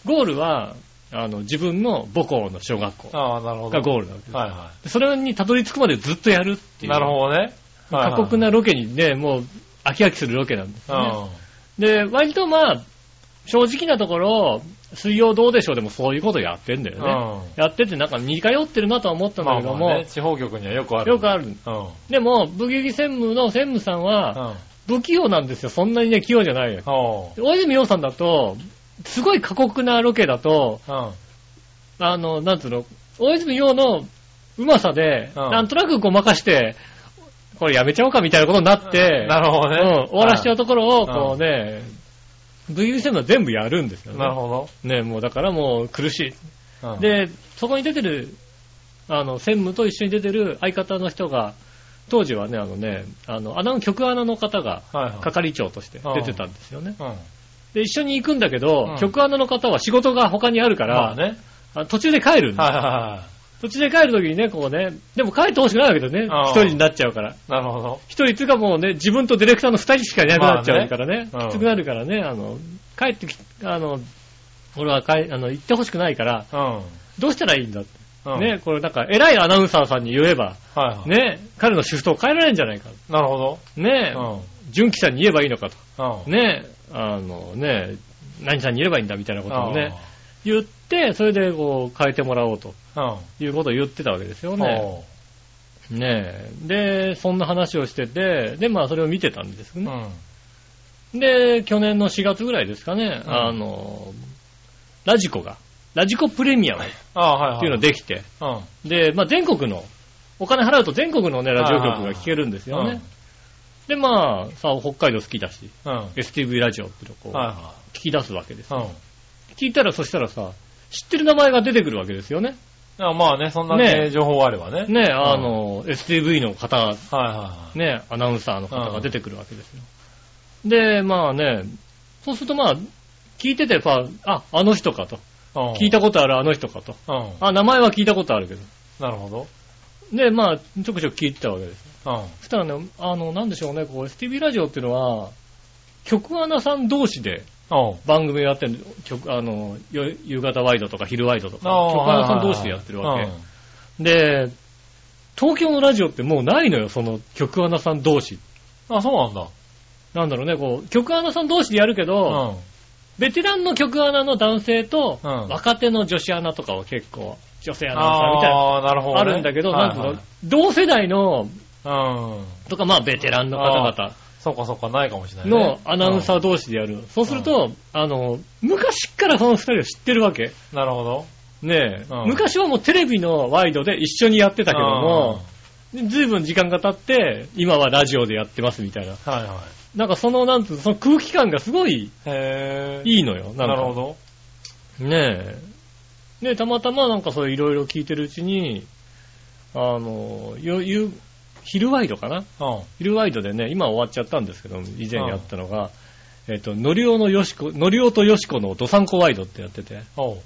Speaker 3: ゴールは、あの、自分の母校の小学校
Speaker 2: ああ、なるほど。
Speaker 3: がゴールなわけです。
Speaker 2: はいは
Speaker 3: それにたどり着くまでずっとやるって
Speaker 2: い。
Speaker 3: いう。
Speaker 2: なるほどね。はいはい
Speaker 3: 過酷なロケにね、もう、飽き飽きするロケなんですね。で、割とまあ、正直なところ、水曜どうでしょうでもそういうことやってんだ
Speaker 2: うん。
Speaker 3: よね。やっててなんか似通ってるなとは思った
Speaker 2: うんん。
Speaker 3: だ
Speaker 2: ま
Speaker 3: け
Speaker 2: あ
Speaker 3: ど
Speaker 2: まあ
Speaker 3: も
Speaker 2: ね、、地方局にはよくある。
Speaker 3: よく
Speaker 2: あ
Speaker 3: ある。
Speaker 2: る。うん。
Speaker 3: でも、ブギウギ専務の専務さんは、
Speaker 2: うん。
Speaker 3: 不器用なんですよ。そんなにね、器用じゃないよ。
Speaker 2: おう。
Speaker 3: 大泉洋さんだと、すごい過酷なロケだと、
Speaker 2: うん。
Speaker 3: あの、なんつうの、大泉洋のうまさで、
Speaker 2: うん
Speaker 3: なんとなくごまかして、これやめちゃおうかみたいなことになって、
Speaker 2: なるほどね。
Speaker 3: うん、終わらしちゃう
Speaker 2: と。
Speaker 3: ところを、こうね、VU7 は全部やるんですよね。
Speaker 2: なるほ
Speaker 3: ね、もうだからもう苦し
Speaker 2: ど。うん
Speaker 3: い。、で、そこに出てる、あの、専務と一緒に出てる相方の人が、当時はね、あのね、あの、アナウン局アナの方が、
Speaker 2: はいはい。
Speaker 3: 係長として出てたんですよね。
Speaker 2: うん。
Speaker 3: で、一緒に行くんだけど、
Speaker 2: うん
Speaker 3: 局アナの方は仕事が他にあるから、
Speaker 2: まあね。
Speaker 3: あ途中で帰るんですよ
Speaker 2: はいは
Speaker 3: 途中で帰るときにね、こうね、でも帰ってほしくないわけどね、
Speaker 2: ああ
Speaker 3: 一人になっちゃうから。
Speaker 2: いはい。なるほど。
Speaker 3: 一人っていうかもうね、自分とディレクターの二人しかいなくなっちゃうからね、
Speaker 2: まあねうん
Speaker 3: きつくなるからね、あの、帰ってき、あの、俺は帰、あの、行ってほしくないから、どうしたらいいんだって。
Speaker 2: うん。うん。
Speaker 3: ね、これなんか、偉いアナウンサーさんに言えば、
Speaker 2: はいはい。。
Speaker 3: ね、彼のシフトを変えられるんじゃないか。
Speaker 2: なるほど。
Speaker 3: ね
Speaker 2: う、ん。
Speaker 3: 純喜さんに言えばいいのかと。
Speaker 2: うん。
Speaker 3: ね、あのね、何さんに言えばいいんだみたいなことをね、
Speaker 2: あ
Speaker 3: 言って、それでこう、変えてもらおうと
Speaker 2: あ。
Speaker 3: いうことを言ってたわけですよ
Speaker 2: うん。
Speaker 3: ね。
Speaker 2: おう
Speaker 3: ねえ。で、そんな話をしてて、で、まあそれを見てたんです
Speaker 2: うん。
Speaker 3: ね。
Speaker 2: はい
Speaker 3: で、去年の4月ぐらいですかね、
Speaker 2: うん
Speaker 3: あの、ラジコが、ラジコプレミアムっ
Speaker 2: ああ、はいはい。
Speaker 3: ていうのができて、
Speaker 2: うん。
Speaker 3: で、まあ全国の、お金払うと全国のね、ラジオ局が聞けるんですよね。で、まあ、さあ、北海道好きだし、
Speaker 2: うん。うん。
Speaker 3: STV ラジオってとこう、
Speaker 2: はい
Speaker 3: 聞
Speaker 2: は
Speaker 3: き出すわけです
Speaker 2: い。う
Speaker 3: よ。
Speaker 2: ん。
Speaker 3: 聞いたら、そしたらさ、知ってる名前が出てくるわけですよね。
Speaker 2: ああまあね、そんなね
Speaker 3: ね
Speaker 2: 情報あればね。
Speaker 3: ねえ、あの、STV の方
Speaker 2: はいはい
Speaker 3: ね、アナウンサーの方が出てくるわけですよ。で、まあね、そうするとまあ、聞いてて、まあ、あ、あの人かと。
Speaker 2: はい。
Speaker 3: 聞い
Speaker 2: た。
Speaker 3: たことあるあの人かと。
Speaker 2: うん。
Speaker 3: あ、名前は聞いたことあるけど。
Speaker 2: なるほど。
Speaker 3: で、まあ、ちょくちょく聞いてたわけです。
Speaker 2: うん。
Speaker 3: そしたらね、あの、なんでしょうね、こう、STV ラジオっていうのは、局アナさん同士で
Speaker 2: うん。
Speaker 3: 番組をやってる、局、あの、よ夕方ワイドとか昼ワイドとか、
Speaker 2: ああ
Speaker 3: 局アナさん同士でやってるわけ。で、東京のラジオってもうないのよ、その局アナさん同士
Speaker 2: うんあ、そうなんだ。
Speaker 3: なんだろうね、こう、曲アナさん同士でやるけ
Speaker 2: う
Speaker 3: ど、
Speaker 2: ん。
Speaker 3: ベテランの曲アナの男性と、
Speaker 2: うん
Speaker 3: 若手の女子アナとかは結構、女性アナウンサーみたいなの
Speaker 2: ああ、なるほど
Speaker 3: が
Speaker 2: ね。
Speaker 3: あるんだけど、なんつう
Speaker 2: はい
Speaker 3: の、同世代の、
Speaker 2: はいうん。
Speaker 3: とか、まあ、ベテランの方
Speaker 2: そうかそうか、ないかもしれない
Speaker 3: 々
Speaker 2: ね。
Speaker 3: のアナウンサー同士でやる。そうすると、あの、昔っからその二人を知ってるわけ。
Speaker 2: うんなるほど。
Speaker 3: ねえ、
Speaker 2: うん
Speaker 3: 昔はもうテレビのワイドで一緒にやってたけども、でずいぶん時間が経って、今はラジオでやってますみたいな。
Speaker 2: うん、はいは
Speaker 3: なんかその、なんつうの、その空気感がすごい
Speaker 2: い。へ
Speaker 3: いいのよ。
Speaker 2: な
Speaker 3: なんか
Speaker 2: るほど。
Speaker 3: ねえ。ねえ、たまたまなんかそういろいろ聞いてるうちに、あの、よゆ昼ワイドかな
Speaker 2: うん。
Speaker 3: 昼ワイドでね、今終わっちゃったんですけど、以前やったのが、えっと、のりおのよしこ、のりおとよしこのどさんこワイドってやってて、
Speaker 2: おう。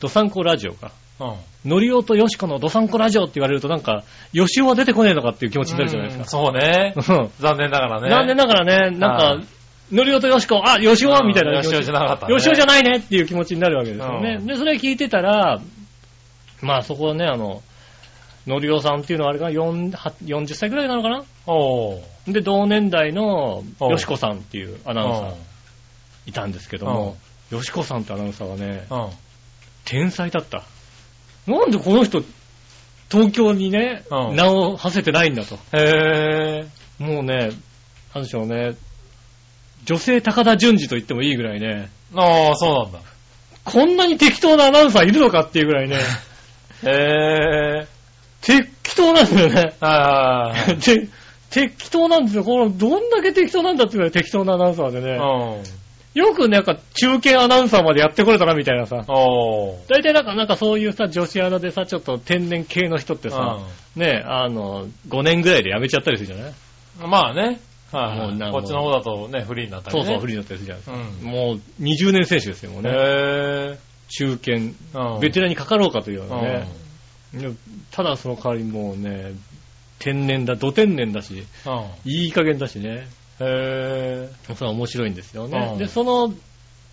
Speaker 3: どさんこラジオか。
Speaker 2: うん。
Speaker 3: のりおとよしこのどさんこラジオって言われるとなんか、よしおは出てこねえのかっていう気持ちになるじゃないです
Speaker 2: うんそうね
Speaker 3: か。。うん
Speaker 2: 残念ながらね。
Speaker 3: 残念ながらね、な
Speaker 2: は
Speaker 3: ん
Speaker 2: い
Speaker 3: か、のりおとよしこ、あ、よしおはみたいな。
Speaker 2: よしおじゃなかったね
Speaker 3: よしおじゃないねっていう気持ちになるわけですよね
Speaker 2: う。ん
Speaker 3: で、それ聞いてたら、まあそこはね、あの、のりおさんっていうのはあれかな、4 40歳ぐらいなのかな
Speaker 2: おう。
Speaker 3: で、同年代の
Speaker 2: おう
Speaker 3: よしこさんっていうアナウンサーいたんですけども、よしこさんってアナウンサーはね、
Speaker 2: うん。うん。
Speaker 3: 天才だった。なんでこの人、東京にね、
Speaker 2: うん
Speaker 3: 名を馳せてないんだと。
Speaker 2: へぇ
Speaker 3: もうね、なんでしょうね、女性高田純次と言ってもいいぐらいね、
Speaker 2: ー。ああ、そうなんだ。
Speaker 3: こんなに適当なアナウンサーいるのかっていうぐらいね、
Speaker 2: へ
Speaker 3: 適当なんですよね。
Speaker 2: ぇー。はいはいはい
Speaker 3: で、適当なんですよ。この、どんだけ適当なんだっていうぐらい適当なアナウンサーでね、
Speaker 2: はい。うん。
Speaker 3: よくなんか中継アナウンサーまでやってこれたなみたいなさ、
Speaker 2: おう。
Speaker 3: 大体なんかなんかそういうさ、女子アナでさ、ちょっと天然系の人ってさ、ね、あの、5年ぐらいで辞めちゃったりするじゃない
Speaker 2: うんまあね。はいはい
Speaker 3: もうな
Speaker 2: こっちの方だとね、フリーになったり
Speaker 3: そう
Speaker 2: ね。
Speaker 3: そう、不利
Speaker 2: リ
Speaker 3: になったりするじゃないです
Speaker 2: ー。
Speaker 3: か。
Speaker 2: うん。
Speaker 3: もう20年選手ですよ、もうね。
Speaker 2: へ
Speaker 3: 中堅、
Speaker 2: ぇー。
Speaker 3: ベテ
Speaker 2: ラ
Speaker 3: ランにかかろうかというようなね
Speaker 2: ね。。
Speaker 3: でただその代わりもうね、天然だ、土天然だし、
Speaker 2: うん。うん
Speaker 3: いい加減だしね。
Speaker 2: へ
Speaker 3: それは面白いんですよね
Speaker 2: う。ん
Speaker 3: で、その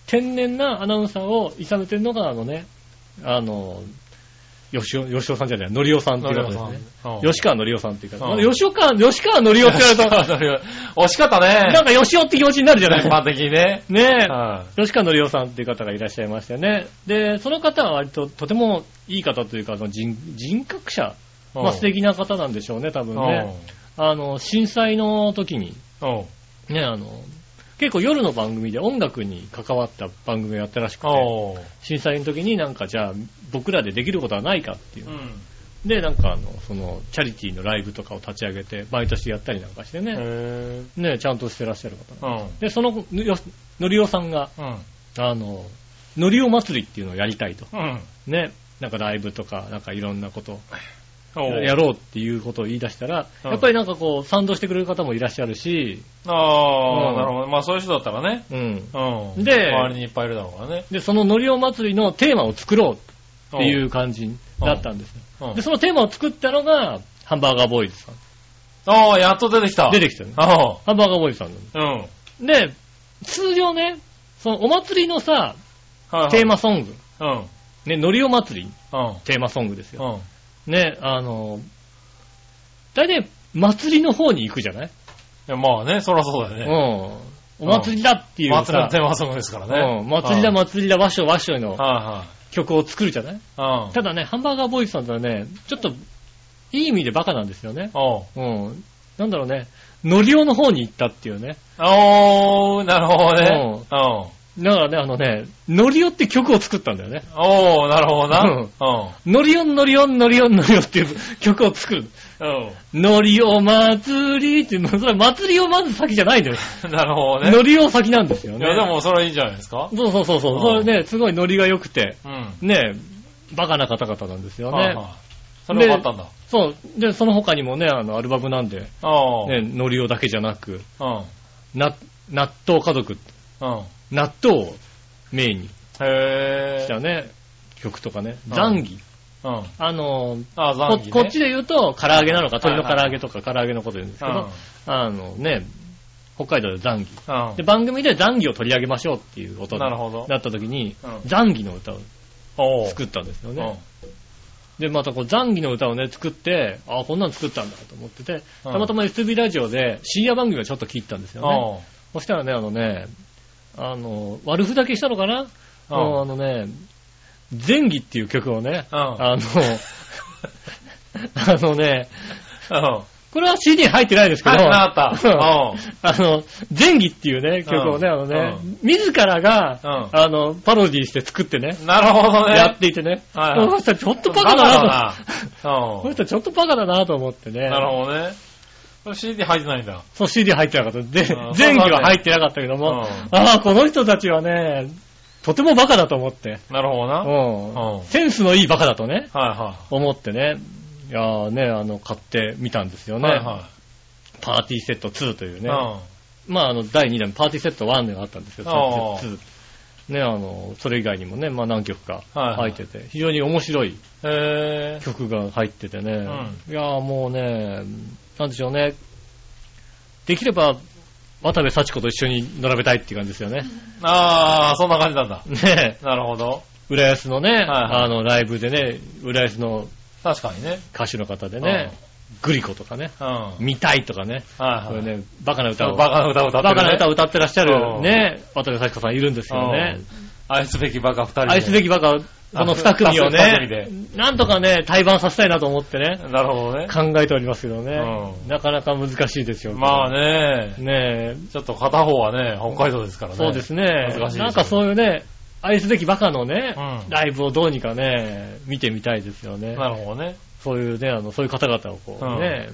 Speaker 3: 天然なアナウンサーをいさめてるのが、あのね、あの、吉尾、吉尾さんじゃない、のりおさん
Speaker 2: ぇ
Speaker 3: っていう方ですね。
Speaker 2: ー。
Speaker 3: 吉川のりおさんっていう方。
Speaker 2: うん
Speaker 3: 吉川、吉川のりおって言われると、
Speaker 2: 惜しかったね。
Speaker 3: なんか吉尾って気持ちになるじゃない
Speaker 2: 一般的にね。
Speaker 3: ねえ。
Speaker 2: は
Speaker 3: 吉川のりおさんっていう方がいらっしゃいましたよね。で、その方は割ととてもいい方というか、あの人人格者、
Speaker 2: い。
Speaker 3: まあ、素敵な方なんでしょうね、多分ね。あの、震災の時に、
Speaker 2: うん。うん。
Speaker 3: ね、あの、結構夜の番組で音楽に関わった番組をやったらしくて、
Speaker 2: おう。
Speaker 3: 震災の時になんかじゃあ僕らでできることはないかっていうう。
Speaker 2: ん。
Speaker 3: で、なんかあの、その、チャリティーのライブとかを立ち上げて、毎年やったりなんかして
Speaker 2: へ
Speaker 3: ね、
Speaker 2: ぇ
Speaker 3: ね、ちゃんとしてらっしゃる方。
Speaker 2: ー。うん。
Speaker 3: で、その、ぬよのりおさんが、
Speaker 2: うん。
Speaker 3: あの、のりお祭りっていうのをやりたいと。
Speaker 2: うん。
Speaker 3: ね、なんかライブとか、なんかいろんなこと
Speaker 2: おう
Speaker 3: やろうっていうことを言い出したら、
Speaker 2: うん
Speaker 3: やっぱりなんかこう、賛同してくれる方もいらっしゃるし、
Speaker 2: ああ、
Speaker 3: うん
Speaker 2: なるほど。まあそういう人だったらね。
Speaker 3: うん。
Speaker 2: うん。
Speaker 3: で
Speaker 2: 周りにいっぱいいるだろうからね。
Speaker 3: で、そののりお祭りのテーマを作ろうっていうう感じだったんですよ。
Speaker 2: ん。うん
Speaker 3: で、そのテーマを作ったのが、ハンバーガーボーイズさん。
Speaker 2: ああ、やっと出てきた。
Speaker 3: 出
Speaker 2: て
Speaker 3: てきたね。
Speaker 2: あ
Speaker 3: ハンバーガーボーイズさんな
Speaker 2: あ、うん。はい
Speaker 3: ので、通常ね、そのお祭りのさ、
Speaker 2: はい
Speaker 3: テー。マソング、
Speaker 2: うん。うん。
Speaker 3: ね、のりお祭り、
Speaker 2: うん。
Speaker 3: テーマソングです
Speaker 2: う
Speaker 3: よ。
Speaker 2: ん。
Speaker 3: ね、あの、大体、祭りの方に行くじゃない
Speaker 2: いやまあね、そらそうだよ
Speaker 3: うん
Speaker 2: ね。。
Speaker 3: お祭りだっていう
Speaker 2: 祭り
Speaker 3: さ
Speaker 2: の、テーマソングですからね。
Speaker 3: うん、祭りだ祭りだ、わっしょいわっしょいの
Speaker 2: は
Speaker 3: 曲を作るじゃない
Speaker 2: いはい。うん。
Speaker 3: ただね、ハンバーガーボーイズさんとはね、ちょっと、いい意味でバカなんですよね。
Speaker 2: おう
Speaker 3: うん。なんだろうね、ノリオの方に行ったっていうね。
Speaker 2: おー、なるほどね。うん。
Speaker 3: だからね、あのね、ノリオって曲を作ったんだよね。
Speaker 2: おー、なるほどな。
Speaker 3: うん
Speaker 2: う
Speaker 3: ノリオン、ノリオン、ノリオン、ノリオンっていう 曲を作る。
Speaker 2: ん。
Speaker 3: ノリオ祭りっていうの、それは祭りをまず先じゃないんだよ。
Speaker 2: うん。なるほどね。
Speaker 3: ノリオ先なんですよ
Speaker 2: い
Speaker 3: ね。
Speaker 2: や、でもそれはいいんじゃないですか。
Speaker 3: そうそうそうそう。
Speaker 2: う
Speaker 3: そ
Speaker 2: ん
Speaker 3: れね、すごいノリが良くて、
Speaker 2: うん。
Speaker 3: ね、バカな方々なんですよ
Speaker 2: はい
Speaker 3: ね。
Speaker 2: はいそれはあったんだ。
Speaker 3: そう。で、その他にもね、あの、アルバムなんで、
Speaker 2: ああ。
Speaker 3: ね、ノリオだけじゃなく、
Speaker 2: うん。
Speaker 3: な、納豆家族、
Speaker 2: うん。
Speaker 3: 納豆をメインに
Speaker 2: へえ。
Speaker 3: したね、曲とかね。
Speaker 2: うん
Speaker 3: ザンギ。
Speaker 2: うん。あ
Speaker 3: あの、
Speaker 2: あ、
Speaker 3: こ
Speaker 2: 残機ね。
Speaker 3: こっちで言うと、唐揚げなのか、
Speaker 2: はい
Speaker 3: 鶏
Speaker 2: はい
Speaker 3: の唐揚げとか唐揚げのこと言うんです
Speaker 2: う
Speaker 3: け
Speaker 2: ん。
Speaker 3: ど、あのね、北海道でザンギ。
Speaker 2: うん
Speaker 3: で、。番組でザンギを取り上げましょうっていうことに
Speaker 2: なるほど
Speaker 3: なった時に
Speaker 2: う、ん
Speaker 3: ザンギの歌を
Speaker 2: おー
Speaker 3: 作ったんですよ
Speaker 2: うん。
Speaker 3: ね。で、またこう、ザンギの歌をね、作って、あ、こんなの作ったんだと思ってて、たまたま SB ラジオで深夜番組をちょっと聞いたんですよね。
Speaker 2: うん。
Speaker 3: そしたらね、あのね、あの、悪ふざけしたのかなあのあのね、前儀 っていう曲をね、
Speaker 2: うん。
Speaker 3: あの、あのね、
Speaker 2: うん。
Speaker 3: これは CD 入ってないですけど、
Speaker 2: 入ってなかった
Speaker 3: うん
Speaker 2: うん
Speaker 3: あの、前儀っていうね、曲をね、
Speaker 2: うん
Speaker 3: あのね、自らが、
Speaker 2: う
Speaker 3: あの、パロディして作ってね、
Speaker 2: なるほどね。
Speaker 3: やっていてね、
Speaker 2: はい
Speaker 3: この人ちょっとバカ
Speaker 2: バカ
Speaker 3: だ
Speaker 2: だ
Speaker 3: な
Speaker 2: な
Speaker 3: と、。こ
Speaker 2: う
Speaker 3: の
Speaker 2: ん。
Speaker 3: 人ちょっとバカだなと思ってね、
Speaker 2: なるほどね。これ CD 入ってないんだ。
Speaker 3: そう CD 入ってなかった。で
Speaker 2: うん、
Speaker 3: 前儀は入ってなかったけども、
Speaker 2: うん
Speaker 3: ああ、この人たちはね、とてもバカだと思って、
Speaker 2: なるほどな。はい
Speaker 3: うん
Speaker 2: うん
Speaker 3: センスのいいバカだとね、
Speaker 2: は
Speaker 3: 思ってね、いやーね、あの、買ってみたんですよ
Speaker 2: い。
Speaker 3: ね。
Speaker 2: はいは
Speaker 3: パーティーセット2という
Speaker 2: い。
Speaker 3: ね。まあ、あの、第2弾、パーティーセット1があったんですよ、
Speaker 2: ああ
Speaker 3: 2。ね、あの、それ以外にもね、まあ何曲か
Speaker 2: はいは
Speaker 3: 入
Speaker 2: い
Speaker 3: ってて、非常に面白い
Speaker 2: うん。へー。
Speaker 3: 曲が入っててね、
Speaker 2: う
Speaker 3: いやーもうね、なんでしょうね、できれば、渡部幸子と一緒に並べたいっていう感じですよね。
Speaker 2: あー、そんな感じなんだ。
Speaker 3: ね
Speaker 2: なるほど。
Speaker 3: 浦安のね、
Speaker 2: はい
Speaker 3: あの、ライブでね、浦安の
Speaker 2: 確かにね。
Speaker 3: 歌手の方でね、グリコとかね、
Speaker 2: うん。はい
Speaker 3: 見たいとかね、
Speaker 2: は
Speaker 3: そういう
Speaker 2: い。
Speaker 3: ね、バカな歌
Speaker 2: バ
Speaker 3: を、
Speaker 2: カな歌を歌って
Speaker 3: バ
Speaker 2: る、ね。
Speaker 3: カな歌を歌ってらっしゃ
Speaker 2: う
Speaker 3: る
Speaker 2: ん
Speaker 3: ね、渡部咲子さんいるんですけどね。
Speaker 2: 愛すべきバカ二人で。
Speaker 3: 愛すべきバカ、この二組を
Speaker 2: 二組で
Speaker 3: ね、なんとかね、対バンさせたいなと思ってね、
Speaker 2: なるほどね。
Speaker 3: 考えておりますけどね
Speaker 2: う。ん
Speaker 3: なかなか難しいですよ。
Speaker 2: まあね、
Speaker 3: ねえ。
Speaker 2: ちょっと片方はね、北海道ですからね。
Speaker 3: そうです
Speaker 2: 難
Speaker 3: ね
Speaker 2: しいです。よ
Speaker 3: なんかそういうね、愛すべきバカのね
Speaker 2: う、ん
Speaker 3: ライブをどうにかね、見てみたいですよね。
Speaker 2: なるほどね。
Speaker 3: そういうね、あの、そういう方々をこうね、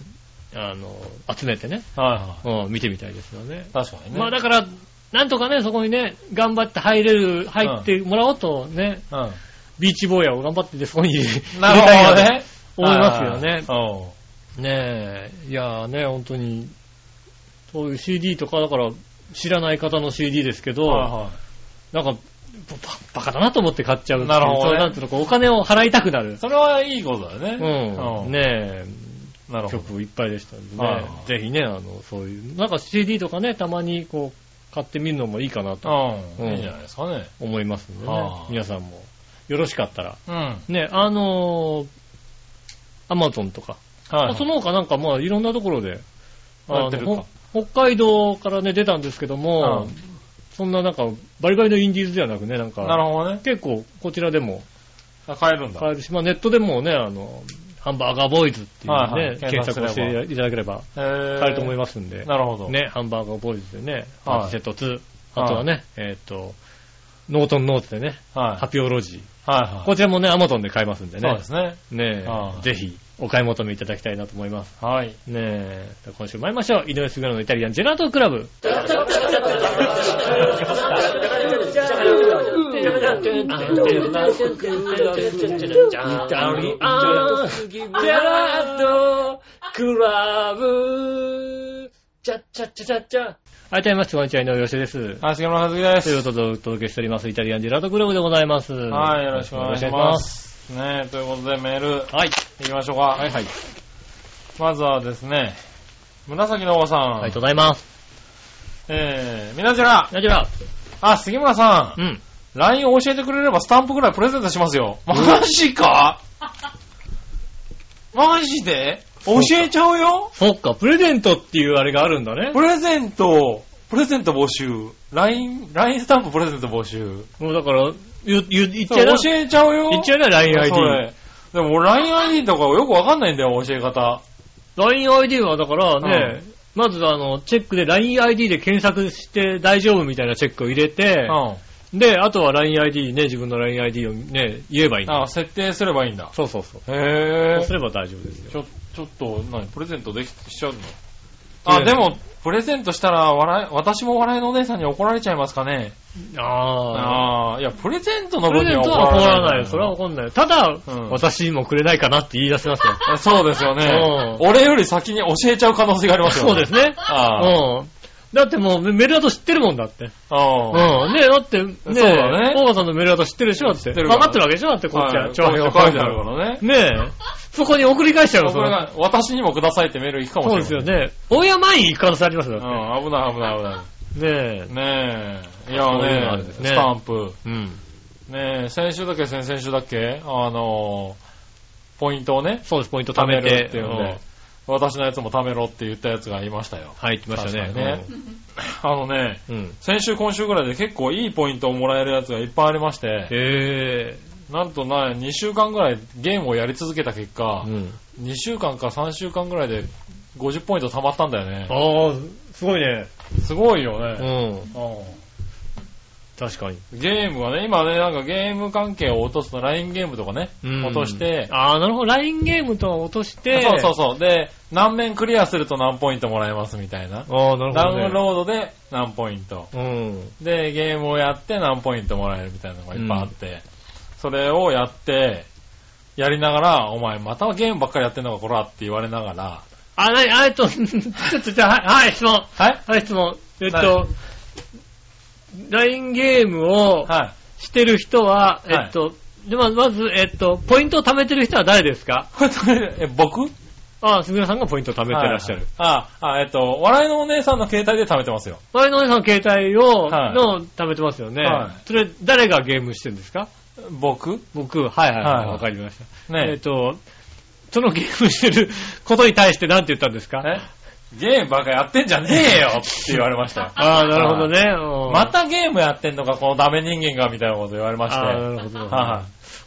Speaker 3: あの、集めてね、
Speaker 2: はいは
Speaker 3: うん見てみたいですよね。
Speaker 2: い。確かにね。
Speaker 3: まあだから、なんとかね、そこにね、頑張って入れる、入ってもらおうとね、
Speaker 2: うん。
Speaker 3: ビーチ坊やを頑張ってね、そこに入れ
Speaker 2: な
Speaker 3: 入れたい
Speaker 2: るほど
Speaker 3: なと
Speaker 2: ね。
Speaker 3: 思いますよね。
Speaker 2: うん。
Speaker 3: ねえ、いやーね、本当に、そういう CD とか、だから、知らない方の CD ですけど、
Speaker 2: は
Speaker 3: なんか、ババカだなと思って買っちゃうっていう
Speaker 2: なるほどね
Speaker 3: そういうなんていうのか、お金を払いたくな る
Speaker 2: い。。それはいいことだよ
Speaker 3: う
Speaker 2: ね。
Speaker 3: ん。
Speaker 2: うん
Speaker 3: ね
Speaker 2: なるほど。
Speaker 3: え、曲いっぱいでしたんで
Speaker 2: は
Speaker 3: ね
Speaker 2: いは、い
Speaker 3: ぜひね、あの、そういう、なんか CD とかね、たまにこう、買ってみるのもいいかなと
Speaker 2: うん。
Speaker 3: うん
Speaker 2: いいんじゃないですかね。
Speaker 3: 思いますんでね
Speaker 2: は、い
Speaker 3: 皆さんも、よろしかったら、
Speaker 2: うん。はい
Speaker 3: ね、あのアマゾンとか、
Speaker 2: は
Speaker 3: まあ
Speaker 2: い。
Speaker 3: その他なんかまあいろんなところで、あ
Speaker 2: やってるか
Speaker 3: のほ北海道からね出たんですけども、
Speaker 2: うん
Speaker 3: そんななんかバリバリのインディーズではなくね、なん
Speaker 2: なる
Speaker 3: か、
Speaker 2: ほどね。
Speaker 3: 結構こちらでも
Speaker 2: あ買えるんだ。
Speaker 3: 買えるし、まあネットでもね、あの、ハンバーガーボーイズっていうね、
Speaker 2: はいはい
Speaker 3: 検索を
Speaker 2: 検索
Speaker 3: し
Speaker 2: すれば
Speaker 3: ていただければ
Speaker 2: へぇ
Speaker 3: 買えると思いますんで、
Speaker 2: なるほど。。
Speaker 3: ね、ハンバーガーボーイズでね、
Speaker 2: はい
Speaker 3: アンセット2、あとはね、えっ、と、ノートンノーツでね、
Speaker 2: はい。
Speaker 3: ハピオロジー。
Speaker 2: はいはい。
Speaker 3: こちらもね、アマゾンで買えますんでね。
Speaker 2: そうですね。
Speaker 3: ね
Speaker 2: はい
Speaker 3: ぜひ、お買い求めいただきたいなと思います。
Speaker 2: はい。
Speaker 3: ねえ、今週参りましょう。井上杉村のイタリアンジェラートクラブ。はい、どうもこんにちは、井上芳です。
Speaker 2: はい、杉村和樹で
Speaker 3: という
Speaker 2: す。
Speaker 3: ことでお届けしております、イタリアンジェラートクラブでございます。
Speaker 2: はい、よろしくお願いしま。す。ねえということでメール、
Speaker 3: はい、
Speaker 2: いきましょう
Speaker 3: はい、
Speaker 2: か。
Speaker 3: はい。
Speaker 2: まずはですね、紫のおばさ
Speaker 3: ありが
Speaker 2: ん
Speaker 3: と。うございます。
Speaker 2: えー、みなじら、
Speaker 3: ナジェラ
Speaker 2: あ、杉村さん
Speaker 3: う、ん。
Speaker 2: LINE を教えてくれればスタンプくらいプレゼントしますよ。マジかマジで教えちゃうよ
Speaker 3: そっか、プレゼントっていうあれがあるんだね。
Speaker 2: プレゼント、プレゼント募集。LINE、LINE スタンププレゼント募集。
Speaker 3: もうだから、言言言っ
Speaker 2: そ
Speaker 3: ちゃ
Speaker 2: う
Speaker 3: いな。
Speaker 2: 教えちゃうよ。
Speaker 3: 言っちゃいな、LINE
Speaker 2: そ
Speaker 3: ID。
Speaker 2: れでも俺 LINE ID とかよくわかんないんだよ、教え方。
Speaker 3: LINE ID はだからね、まずあの、チェックで LINE ID で検索して大丈夫みたいなチェックを入れ
Speaker 2: う
Speaker 3: て
Speaker 2: ん。、あ
Speaker 3: で、あとは LINE ID ね、自分の LINE ID をね、言えばいいんだ。
Speaker 2: 設定すればいいんだ。
Speaker 3: そうそうそう。
Speaker 2: へ
Speaker 3: そ
Speaker 2: ぇ
Speaker 3: うすれば大丈夫ですよ。
Speaker 2: ちょ、ちょっと、何プレゼントできしちゃうの
Speaker 3: え
Speaker 2: あ、
Speaker 3: え
Speaker 2: でも、プレゼントしたら、笑い、私も笑いのお姉さんに怒られちゃいますかね。
Speaker 3: ああ。
Speaker 2: ああ、いや、プレゼントの
Speaker 3: プ
Speaker 2: 分
Speaker 3: レ
Speaker 2: に
Speaker 3: ゼン
Speaker 2: は怒
Speaker 3: トは怒ら
Speaker 2: られ
Speaker 3: な
Speaker 2: ない
Speaker 3: い。それは怒んない。ただ、
Speaker 2: うん
Speaker 3: 私にもくれないかなって言い出せますよ。
Speaker 2: あそうですよね。
Speaker 3: うん
Speaker 2: 俺より先に教えちゃう可能性がありますよね。
Speaker 3: そうですね。
Speaker 2: ああ。
Speaker 3: うん。だってもうメメールだと知ってるもんだって。
Speaker 2: ああ
Speaker 3: うん。ねだって、ね
Speaker 2: そうだね
Speaker 3: 大川さんのメールアド知ってるでしょだって。
Speaker 2: 知ってるから
Speaker 3: 分かってるわけでしょだって、こっちは。
Speaker 2: はい
Speaker 3: 長編
Speaker 2: こっちは書いてあるからね
Speaker 3: ねえ。そこに送り返しちゃうよ、
Speaker 2: これが、私にもくださいってメール行くかも
Speaker 3: そ
Speaker 2: し
Speaker 3: う
Speaker 2: れ
Speaker 3: で
Speaker 2: ない。
Speaker 3: すよね。大山に行く可能性ありますよ、だっ
Speaker 2: うん、危ない危ない危ない。
Speaker 3: て。ねえ。
Speaker 2: ねえ。いや
Speaker 3: そういうのあるん
Speaker 2: ね
Speaker 3: ですね
Speaker 2: スタンプ。
Speaker 3: うん。
Speaker 2: ねえ、先週だっけ、先々週だっけ、あのー、ポイントをね、
Speaker 3: そうです、ポイント貯
Speaker 2: 貯
Speaker 3: め
Speaker 2: め
Speaker 3: て。
Speaker 2: るっていうの
Speaker 3: うん
Speaker 2: で、私のやつも貯めろって言ったやつがいましたよ。
Speaker 3: はい、来ましたね。
Speaker 2: 確かにねあのね、
Speaker 3: うん。うん
Speaker 2: 先週今週ぐらいで結構いいポイントをもらえるやつがいっぱいありまして、
Speaker 3: へえ。
Speaker 2: なんとな、2週間ぐらいゲームをやり続けた結果
Speaker 3: う、ん。
Speaker 2: 2週間か3週間ぐらいで50ポイント貯まったんだよね。
Speaker 3: ああ、すごいね。
Speaker 2: すごいよ
Speaker 3: う
Speaker 2: ね。
Speaker 3: ん。
Speaker 2: う
Speaker 3: 確かに。
Speaker 2: んゲームはね、今ね、なんかゲーム関係を落とすと LINE ゲームとかね、
Speaker 3: うん
Speaker 2: 落として、
Speaker 3: ああ、なるほど。ラインゲームとは落として。
Speaker 2: そうそうそう。で、何面クリアすると何ポイントもらえますみたいな。
Speaker 3: ああ、なる
Speaker 2: ダ
Speaker 3: ほど、ね。
Speaker 2: ウンロードで何ポイント。
Speaker 3: うん。
Speaker 2: で、ゲームをやって何ポイントもらえるみたいなのがいっぱいあって、それをやって、やりながら、お前またゲームばっかりやってんのかこらって言われながら、
Speaker 3: あ、なに、あ、えっと、 ちょっと、じゃあ、はい、はい、質問。
Speaker 2: はい
Speaker 3: はい、質問。えっ
Speaker 2: は
Speaker 3: と、ラインゲームを
Speaker 2: はい。
Speaker 3: してる人は、
Speaker 2: はい
Speaker 3: えっと、でままず、えっと、ポイントを貯めてる人は誰ですか
Speaker 2: これ食べるえ、僕食
Speaker 3: あ、すぐらさんがポイントを貯めてらっしゃる。。
Speaker 2: あ、あ、えっと、笑いのお姉さんの携帯で食べてますよ。
Speaker 3: 我々のお姉さんの携帯を、
Speaker 2: はい
Speaker 3: の貯めてますよね。
Speaker 2: はい
Speaker 3: それ、誰がゲームしてるんですか
Speaker 2: 僕
Speaker 3: 僕、はいはい、は、
Speaker 2: はいい
Speaker 3: わかりました。えっ
Speaker 2: ね
Speaker 3: と、そのゲームしてることに対して何て言ったんですか。
Speaker 2: え、ゲームばっかやってんじゃねえよって言われましたよ
Speaker 3: ああ、なるほどね。うん
Speaker 2: またゲームやってんのか、このダメ人間が、みたいなこと言われまして。
Speaker 3: あー
Speaker 2: はい、
Speaker 3: なるほど。
Speaker 2: は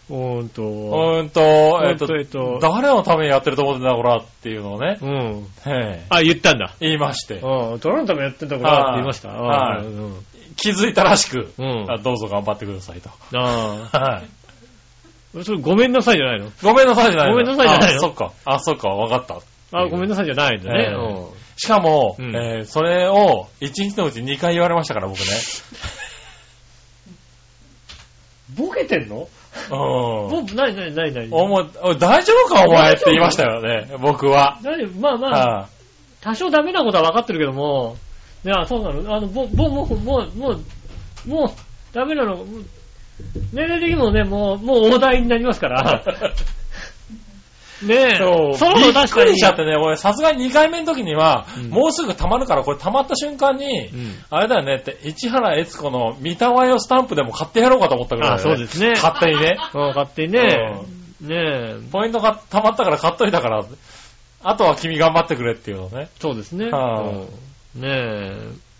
Speaker 3: おーん
Speaker 2: い。
Speaker 3: と、
Speaker 2: うーんと、えっと、
Speaker 3: えっと
Speaker 2: 誰のためにやってると思ってんだ、こらっていうのをね、
Speaker 3: うん。
Speaker 2: ええ
Speaker 3: あ、言ったんだ。
Speaker 2: 言いまして、
Speaker 3: うん、ドローンためやってんだこれって言いました。
Speaker 2: は
Speaker 3: あ
Speaker 2: い
Speaker 3: ーうん
Speaker 2: 気づいたらしく、
Speaker 3: うん
Speaker 2: あどうぞ頑張ってくださいと。
Speaker 3: あ
Speaker 2: はい。
Speaker 3: ー、それごめんなさいじゃないの
Speaker 2: ごめんなさいじゃないの
Speaker 3: ごめんなさいじゃないの
Speaker 2: あ、そっか。あ、そっか、わかった。
Speaker 3: あ、ごめんなさいじゃないんだね。
Speaker 2: えー
Speaker 3: うん
Speaker 2: しかも、
Speaker 3: うん
Speaker 2: えーそれを1日のうち2回言われましたから、僕ね。
Speaker 3: ボケてんの
Speaker 2: うん。
Speaker 3: ぼ、なになになになに
Speaker 2: おもお大丈夫か、お前って言いましたよね、僕は。
Speaker 3: 何まあまあ、
Speaker 2: は
Speaker 3: 多少ダメなことは分かってるけども、いや、そうなのあの、ぼ、ぼ、もう、もう、もう、もう、ダメなの、もう年齢的にもね、もう、もう大台になりま すから。ねえ
Speaker 2: い。、そう、
Speaker 3: ろ
Speaker 2: び
Speaker 3: ろ
Speaker 2: っ
Speaker 3: 確か
Speaker 2: く
Speaker 3: に
Speaker 2: りしちゃってね、俺、さすがに2回目の時には、
Speaker 3: うん
Speaker 2: もうすぐ溜まるから、これ溜まった瞬間に、
Speaker 3: うん
Speaker 2: あれだよねって、市原悦子の見たわよスタンプでも買ってやろうかと思ったぐらい、
Speaker 3: あ、そうですね。
Speaker 2: 勝手にね。
Speaker 3: うん、勝手にね。ねえ、
Speaker 2: ポイントが溜まったから買っといたから、あとは君頑張ってくれっていうのね。
Speaker 3: そうですね。
Speaker 2: は
Speaker 3: うんねえ。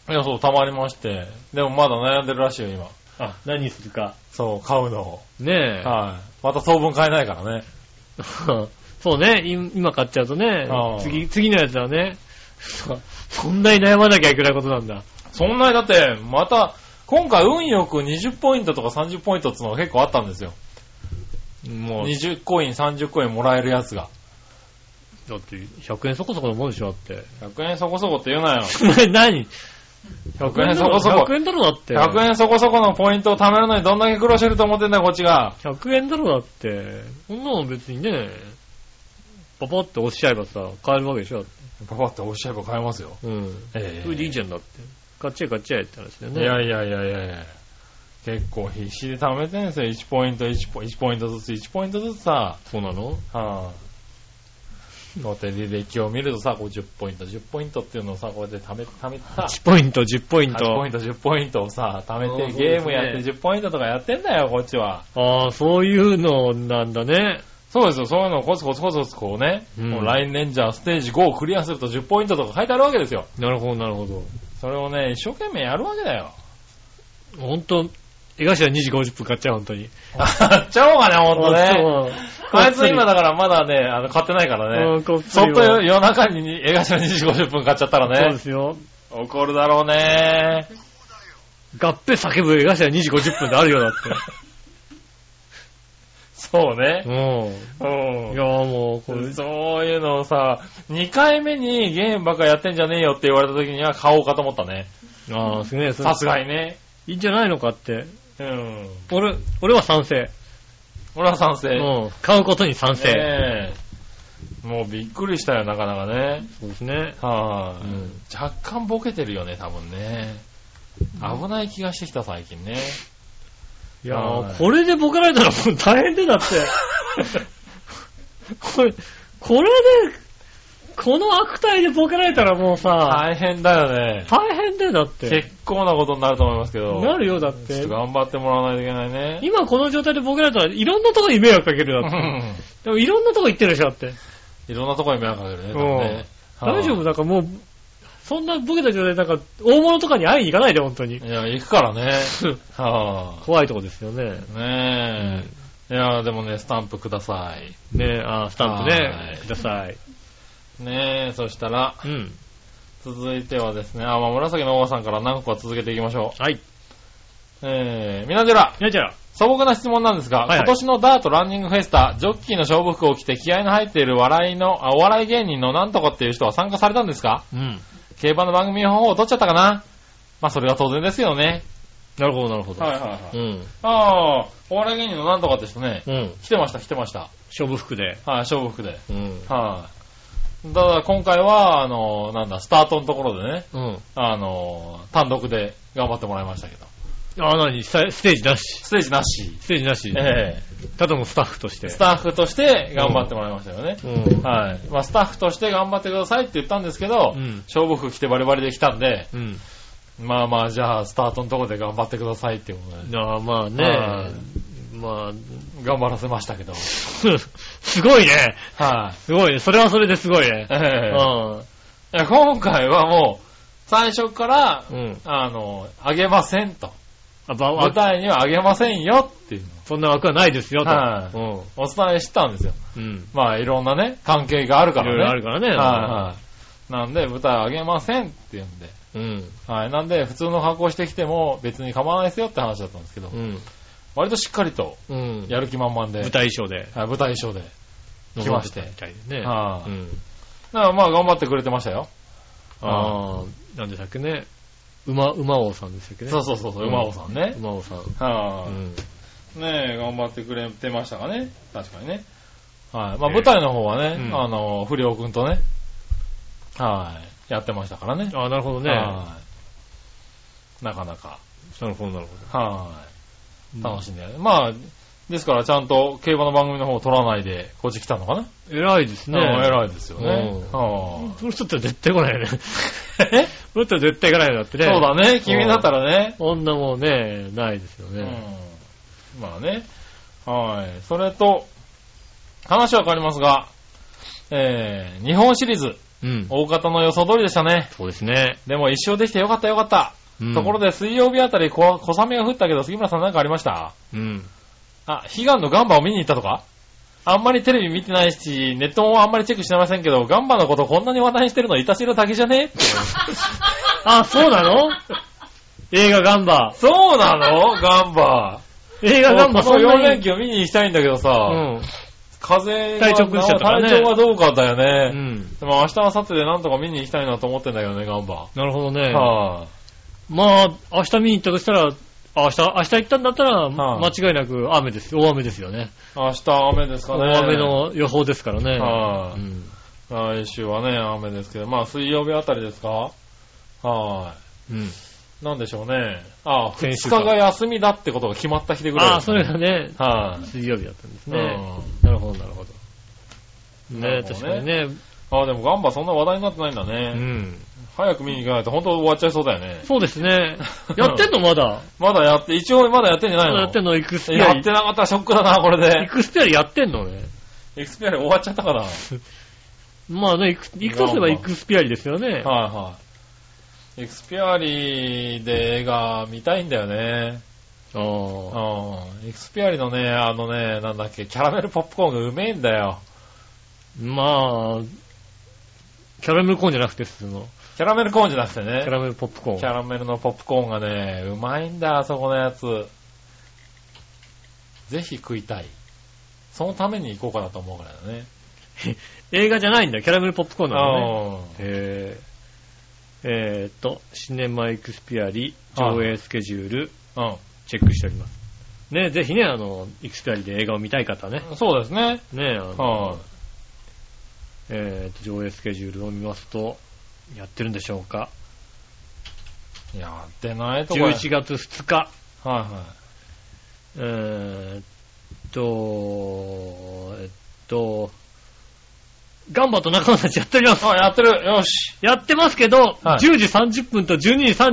Speaker 2: いや、そう、溜まりまして。でもまだ悩んでるらしいよ、今。
Speaker 3: あ、何するか。
Speaker 2: そう、買うのを。
Speaker 3: ねえ。
Speaker 2: はい。また当分買えないからね。
Speaker 3: そうね、い今買っちゃうとね
Speaker 2: あ、ー
Speaker 3: 次、次のやつはね、 そそんなに悩まなきゃいけないことなんだ。
Speaker 2: そんなにだって、また、今回運よく20ポイントとか30ポイントっていうのが結構あったんですよ。
Speaker 3: もう、
Speaker 2: 20コイン、30コインもらえるやつが。
Speaker 3: だって100円そこそこのもんでしょ、だって。
Speaker 2: 100円そこそこって言うなよ。
Speaker 3: 何 ?100 円
Speaker 2: 円
Speaker 3: だ
Speaker 2: そ
Speaker 3: ろ、
Speaker 2: こそこ
Speaker 3: 100円だろだって。
Speaker 2: 100円そこそこのポイントを貯めるのにどんだけ苦労してると思ってんだよ、こっちが。
Speaker 3: 100円だろだって。こんなの別にね、パパって押しちゃえばさ、買えるわけでしょ、だって
Speaker 2: パパって押しちゃえば買えますよ。
Speaker 3: うん。
Speaker 2: ええ
Speaker 3: それでいいじゃんだって。買っちゃえ買っちゃえって話だよ
Speaker 2: い
Speaker 3: ね。
Speaker 2: やいやいやいやいや。結構必死で貯めてんですよ。1ポイント、1ポ1ポイントずつ、1ポイントずつさ。
Speaker 3: そうなの
Speaker 2: はぁ、の手履歴を見るとさ、こう10ポイント、10ポイントっていうのをさ、こうやって貯めて、貯めてさ、
Speaker 3: ?1 ポイント、10ポイン
Speaker 2: 8ポイ
Speaker 3: ト
Speaker 2: ン。ト、10ポイントをさ、貯
Speaker 3: そう
Speaker 2: め
Speaker 3: です
Speaker 2: て
Speaker 3: ね
Speaker 2: ゲームやって10ポイントとかやってんだよ、こっちは。
Speaker 3: ああ、そういうのなんだね。
Speaker 2: そうですよ、そういうのをコツコツコツコツこうね、
Speaker 3: うん
Speaker 2: もうラインレンジャーステージ5をクリアすると10ポイントとか書いてあるわけですよ。
Speaker 3: なるほど、なるほど。
Speaker 2: それをね、一生懸命やるわけだ よ。
Speaker 3: ほんと、江頭2時50分買っちゃう、ほんとに。
Speaker 2: 買っちゃおうかね、ほんとね。あいつ今
Speaker 3: だ
Speaker 2: だからまだね、あの、買ってないからね。
Speaker 3: ね
Speaker 2: そっと夜中に映画館2時50分買っちゃった
Speaker 3: そ
Speaker 2: ら
Speaker 3: うで
Speaker 2: ね、
Speaker 3: すよ。
Speaker 2: 怒るだろうね。
Speaker 3: 合併叫ぶ江頭2時50分であるよ、だって。
Speaker 2: そう ね。
Speaker 3: う。
Speaker 2: うんん
Speaker 3: いやーもう、これ、
Speaker 2: そういうのをさ、2回目にゲームばっかやってんじゃねえよって言われた時には買おうかと思ったね。
Speaker 3: ああ、すげえ、それ
Speaker 2: さすがにね。
Speaker 3: いいんじゃないのかって。
Speaker 2: うん。
Speaker 3: 俺、俺は賛成。
Speaker 2: 俺は賛成。
Speaker 3: うん。買うことに賛成。
Speaker 2: ねえもうびっくりしたよ、なかなかね。
Speaker 3: そうですね。
Speaker 2: は
Speaker 3: う
Speaker 2: い、
Speaker 3: ん。
Speaker 2: 若干ボケてるよね、多分ね。危ない気がしてきた、最近ね。
Speaker 3: いや
Speaker 2: は
Speaker 3: ー、
Speaker 2: い
Speaker 3: これでボケられたらもう大変でだ って。これ、これで、この悪態でボケられたらもうさ、
Speaker 2: 大変だよね。
Speaker 3: 大変だよだって。
Speaker 2: 結構なことになると思いますけど。
Speaker 3: なるよだっ
Speaker 2: ちょってと。頑張ってもらわないといけないね。
Speaker 3: 今この状態でボケられたらいろんなとこに迷惑かける
Speaker 2: う
Speaker 3: だって。
Speaker 2: ん
Speaker 3: でもいろんなとこ行ってるでしょだって。
Speaker 2: いろんなところに迷惑かけるね、多分ね。
Speaker 3: 大丈
Speaker 2: は
Speaker 3: 夫なんかもう、そんなボケた状態でなんか大物とかに会いに行かないで本当に
Speaker 2: い。い。や、行くから ね。はぁ、
Speaker 3: 怖いとこですよね。
Speaker 2: ねえ。いや、でもね、スタンプください。
Speaker 3: ねえ、あースタンプ
Speaker 2: は
Speaker 3: ね
Speaker 2: い、
Speaker 3: ください。
Speaker 2: ねえ、そしたら、
Speaker 3: うん。
Speaker 2: 続いてはですね、あ、まあ、紫のおばさんから何個か続けていきましょう。
Speaker 3: はい。
Speaker 2: えー、みなじら、
Speaker 3: やじゃあ、
Speaker 2: 素朴な質問なんですが、
Speaker 3: はいはい
Speaker 2: 今年のダートランニングフェスタ、ジョッキーの勝負服を着て気合の入っている笑いの、あ、お笑い芸人のなんとかっていう人は参加されたんですか
Speaker 3: うん。
Speaker 2: 競馬の番組の方を取っちゃったかなまあ、それは当然ですよね。
Speaker 3: なるほど、なるほど。
Speaker 2: はいはいはい。
Speaker 3: うん。
Speaker 2: ああ、お笑い芸人のなんとかって人ね、
Speaker 3: うん。
Speaker 2: 来てました来てました。
Speaker 3: 勝負服で。
Speaker 2: はい、勝負服で。
Speaker 3: うん。
Speaker 2: はい。ただ今回は、あの、なんだ、スタートのところでね、
Speaker 3: うん。
Speaker 2: あの、単独で頑張ってもらいましたけど。
Speaker 3: あ、なに、ステージなし。
Speaker 2: ステージなし。
Speaker 3: ステージなし。
Speaker 2: ええ
Speaker 3: ただのスタッフとして。
Speaker 2: スタッフとして頑張ってもらいましたよね。
Speaker 3: うん。
Speaker 2: はい。まあ、スタッフとして頑張ってくださいって言ったんですけど、
Speaker 3: うん
Speaker 2: 勝負服着てバリバリで来たんで、
Speaker 3: うん。
Speaker 2: まあまあ、じゃあ、スタートのところで頑張ってくださいっていうことで、
Speaker 3: ああ、まあ
Speaker 2: は
Speaker 3: ね。まあ、
Speaker 2: 頑張らせましたけど。
Speaker 3: すごいね。
Speaker 2: はい。
Speaker 3: すごいね。それはそれですごいね
Speaker 2: え。
Speaker 3: う
Speaker 2: え
Speaker 3: ん。
Speaker 2: いや今回はもう、最初から、
Speaker 3: うん。
Speaker 2: あの、あげませんと。
Speaker 3: あ、ば、
Speaker 2: 舞
Speaker 3: わ、
Speaker 2: 台にはあげませんよっていう
Speaker 3: そんな枠はないですよ、と。
Speaker 2: はいのをお伝えしたんですよ。
Speaker 3: うん。うん。
Speaker 2: まあ、いろんなね、関係がある
Speaker 3: い
Speaker 2: からね。
Speaker 3: ろいろあるからね。
Speaker 2: はいはい。なんで、舞台あげませんって言うんで。
Speaker 3: うん。
Speaker 2: はい。なんで、普通の格好してきても別に構わないですよって話だったんですけど、
Speaker 3: うん。
Speaker 2: 割としっかりと
Speaker 3: うん。
Speaker 2: やる気満々で、
Speaker 3: 舞台衣装で。
Speaker 2: はい舞台衣装で。来まして
Speaker 3: 登ったみたいでね。
Speaker 2: は
Speaker 3: う
Speaker 2: い
Speaker 3: ん。
Speaker 2: だからまあ、頑張ってくれてましたよ。
Speaker 3: ああ、なんでしたっけね。馬、馬王さんでしたっけね。
Speaker 2: そうそうそうそう、
Speaker 3: うん
Speaker 2: 馬尾さんね。
Speaker 3: 馬王さん。
Speaker 2: は
Speaker 3: う
Speaker 2: い。
Speaker 3: ん。
Speaker 2: ねえ、頑張ってくれてましたかね。確かにね。はい。まあ、
Speaker 3: ええ
Speaker 2: 舞台の方はね、
Speaker 3: うん
Speaker 2: あの、不良くんとね、はい、やってましたからね。
Speaker 3: ああ、なるほどね。な
Speaker 2: はい。なかなか、
Speaker 3: るほど、なるほ
Speaker 2: はい。
Speaker 3: ど。
Speaker 2: 楽しんでやる。まあ、ですからちゃんと競馬の番組の方を取らないで、こっち来たのかな
Speaker 3: 偉いですね。
Speaker 2: うん偉いですよね。
Speaker 3: うん
Speaker 2: は
Speaker 3: その人って絶対来ない よね。
Speaker 2: い え
Speaker 3: その人は絶対来ないよだってね。
Speaker 2: そうだね、君だったらね。
Speaker 3: 女もね、ないですよね。
Speaker 2: うんまあね。はい。それと、話は変わりますが、えー、日本シリーズ、
Speaker 3: うん。
Speaker 2: 大方の予想通りでしたね。
Speaker 3: そうですね。
Speaker 2: でも一生できてよかったよかった。
Speaker 3: うん
Speaker 2: ところで水曜日あたり小小雨が降ったけど、杉村さん何かありました
Speaker 3: うん。
Speaker 2: あ、悲願のガンバを見に行ったとかあんまりテレビ見てないし、ネットもあんまりチェックしてませんけど、ガンバのことこんなに話題にしてるのイタチの竹じゃねって
Speaker 3: あ、そうな の映画ガンバ。
Speaker 2: そうなのガンバ。
Speaker 3: 映
Speaker 2: いや、
Speaker 3: 画
Speaker 2: な
Speaker 3: ガ
Speaker 2: ん
Speaker 3: ン
Speaker 2: か
Speaker 3: バ
Speaker 2: そ
Speaker 3: そ
Speaker 2: の
Speaker 3: んな
Speaker 2: 4
Speaker 3: に
Speaker 2: 連休見に行きたいんだけどさ、
Speaker 3: うん。
Speaker 2: 風が
Speaker 3: 体調崩しちゃったからね
Speaker 2: 体調がどうかだ
Speaker 3: う
Speaker 2: よね。
Speaker 3: ん。
Speaker 2: でも明日明後日でなんとか見に行きたいなと思ってんだけどね、ガンバ。
Speaker 3: なるほどね。
Speaker 2: は
Speaker 3: まあ、明日見に行ったとしたら、あ明日、明日行ったんだったら、
Speaker 2: は
Speaker 3: 間
Speaker 2: い
Speaker 3: 違いなく雨です。大雨ですよね。
Speaker 2: い、明日雨ですかね。
Speaker 3: 大雨の予報ですからね。
Speaker 2: は
Speaker 3: う
Speaker 2: い、
Speaker 3: ん。
Speaker 2: 来週はね、雨ですけど、まあ水曜日あたりですかは
Speaker 3: うん。
Speaker 2: い。なんでしょうね。ああ、2
Speaker 3: 先
Speaker 2: 日
Speaker 3: 週か
Speaker 2: が休みだってことが決まった日でぐらい
Speaker 3: ああ、
Speaker 2: です
Speaker 3: そ
Speaker 2: ね、
Speaker 3: れがね、
Speaker 2: はい、
Speaker 3: 水曜日だったんです
Speaker 2: ね
Speaker 3: ね。なるほど、なるほど。
Speaker 2: なる
Speaker 3: ね
Speaker 2: ほどね
Speaker 3: 確かにね。
Speaker 2: ああ、でもガンバそんな話題になってないんだね
Speaker 3: う。ん。
Speaker 2: 早く見に行かないと本当終わっちゃいそうだよね。
Speaker 3: そうです ね。やってんのまだ。
Speaker 2: まだやって、一応まだやってんじゃない
Speaker 3: ま
Speaker 2: の
Speaker 3: だやってんのエクスペ
Speaker 2: や
Speaker 3: ア
Speaker 2: ってなかったらショックだな、これ
Speaker 3: エ
Speaker 2: で。
Speaker 3: クスペアやってんのね。
Speaker 2: エクスペアリ終わっちゃったから。はい
Speaker 3: まあね、いくいくとすればエクスピアリですよね。
Speaker 2: はい。エクスペアリで映画見たいんだよね。
Speaker 3: あー
Speaker 2: うん。エクスペアリのね、あのね、なんだっけ、キャラメルポップコーンがうめえんだよ。
Speaker 3: まあ、キャラメルコーンじゃなくて、その、
Speaker 2: キャラメルコーンじゃなくて
Speaker 3: キャ
Speaker 2: ね。
Speaker 3: ラメルポップコ
Speaker 2: キ
Speaker 3: ーン。
Speaker 2: ャラメルのポップコーンがね、うまいんだ、あそこのやつ。ぜひ食いたい。そのために行こうかなと思うからいだね。
Speaker 3: 映画じゃないんだ、キャラメルポップコーンなのね。
Speaker 2: うん
Speaker 3: へーえーっと、シネマエクスピアリ、上映スケジュール、
Speaker 2: う
Speaker 3: チェックしております。ね、ぜひね、あの、エクスピアリで映画を見たい方ね。
Speaker 2: ん。そうですね。
Speaker 3: ね、あ
Speaker 2: は
Speaker 3: の、えーっと、上映スケジュールを見ますと、やってるんでしょうか。
Speaker 2: い。やってないとこや
Speaker 3: 11月2日。
Speaker 2: はいはい。
Speaker 3: えーっと、えっと、ガンバと仲間たちやっております。
Speaker 2: あ、やってる。よし。
Speaker 3: やってますけど、
Speaker 2: はい
Speaker 3: 10時30分と12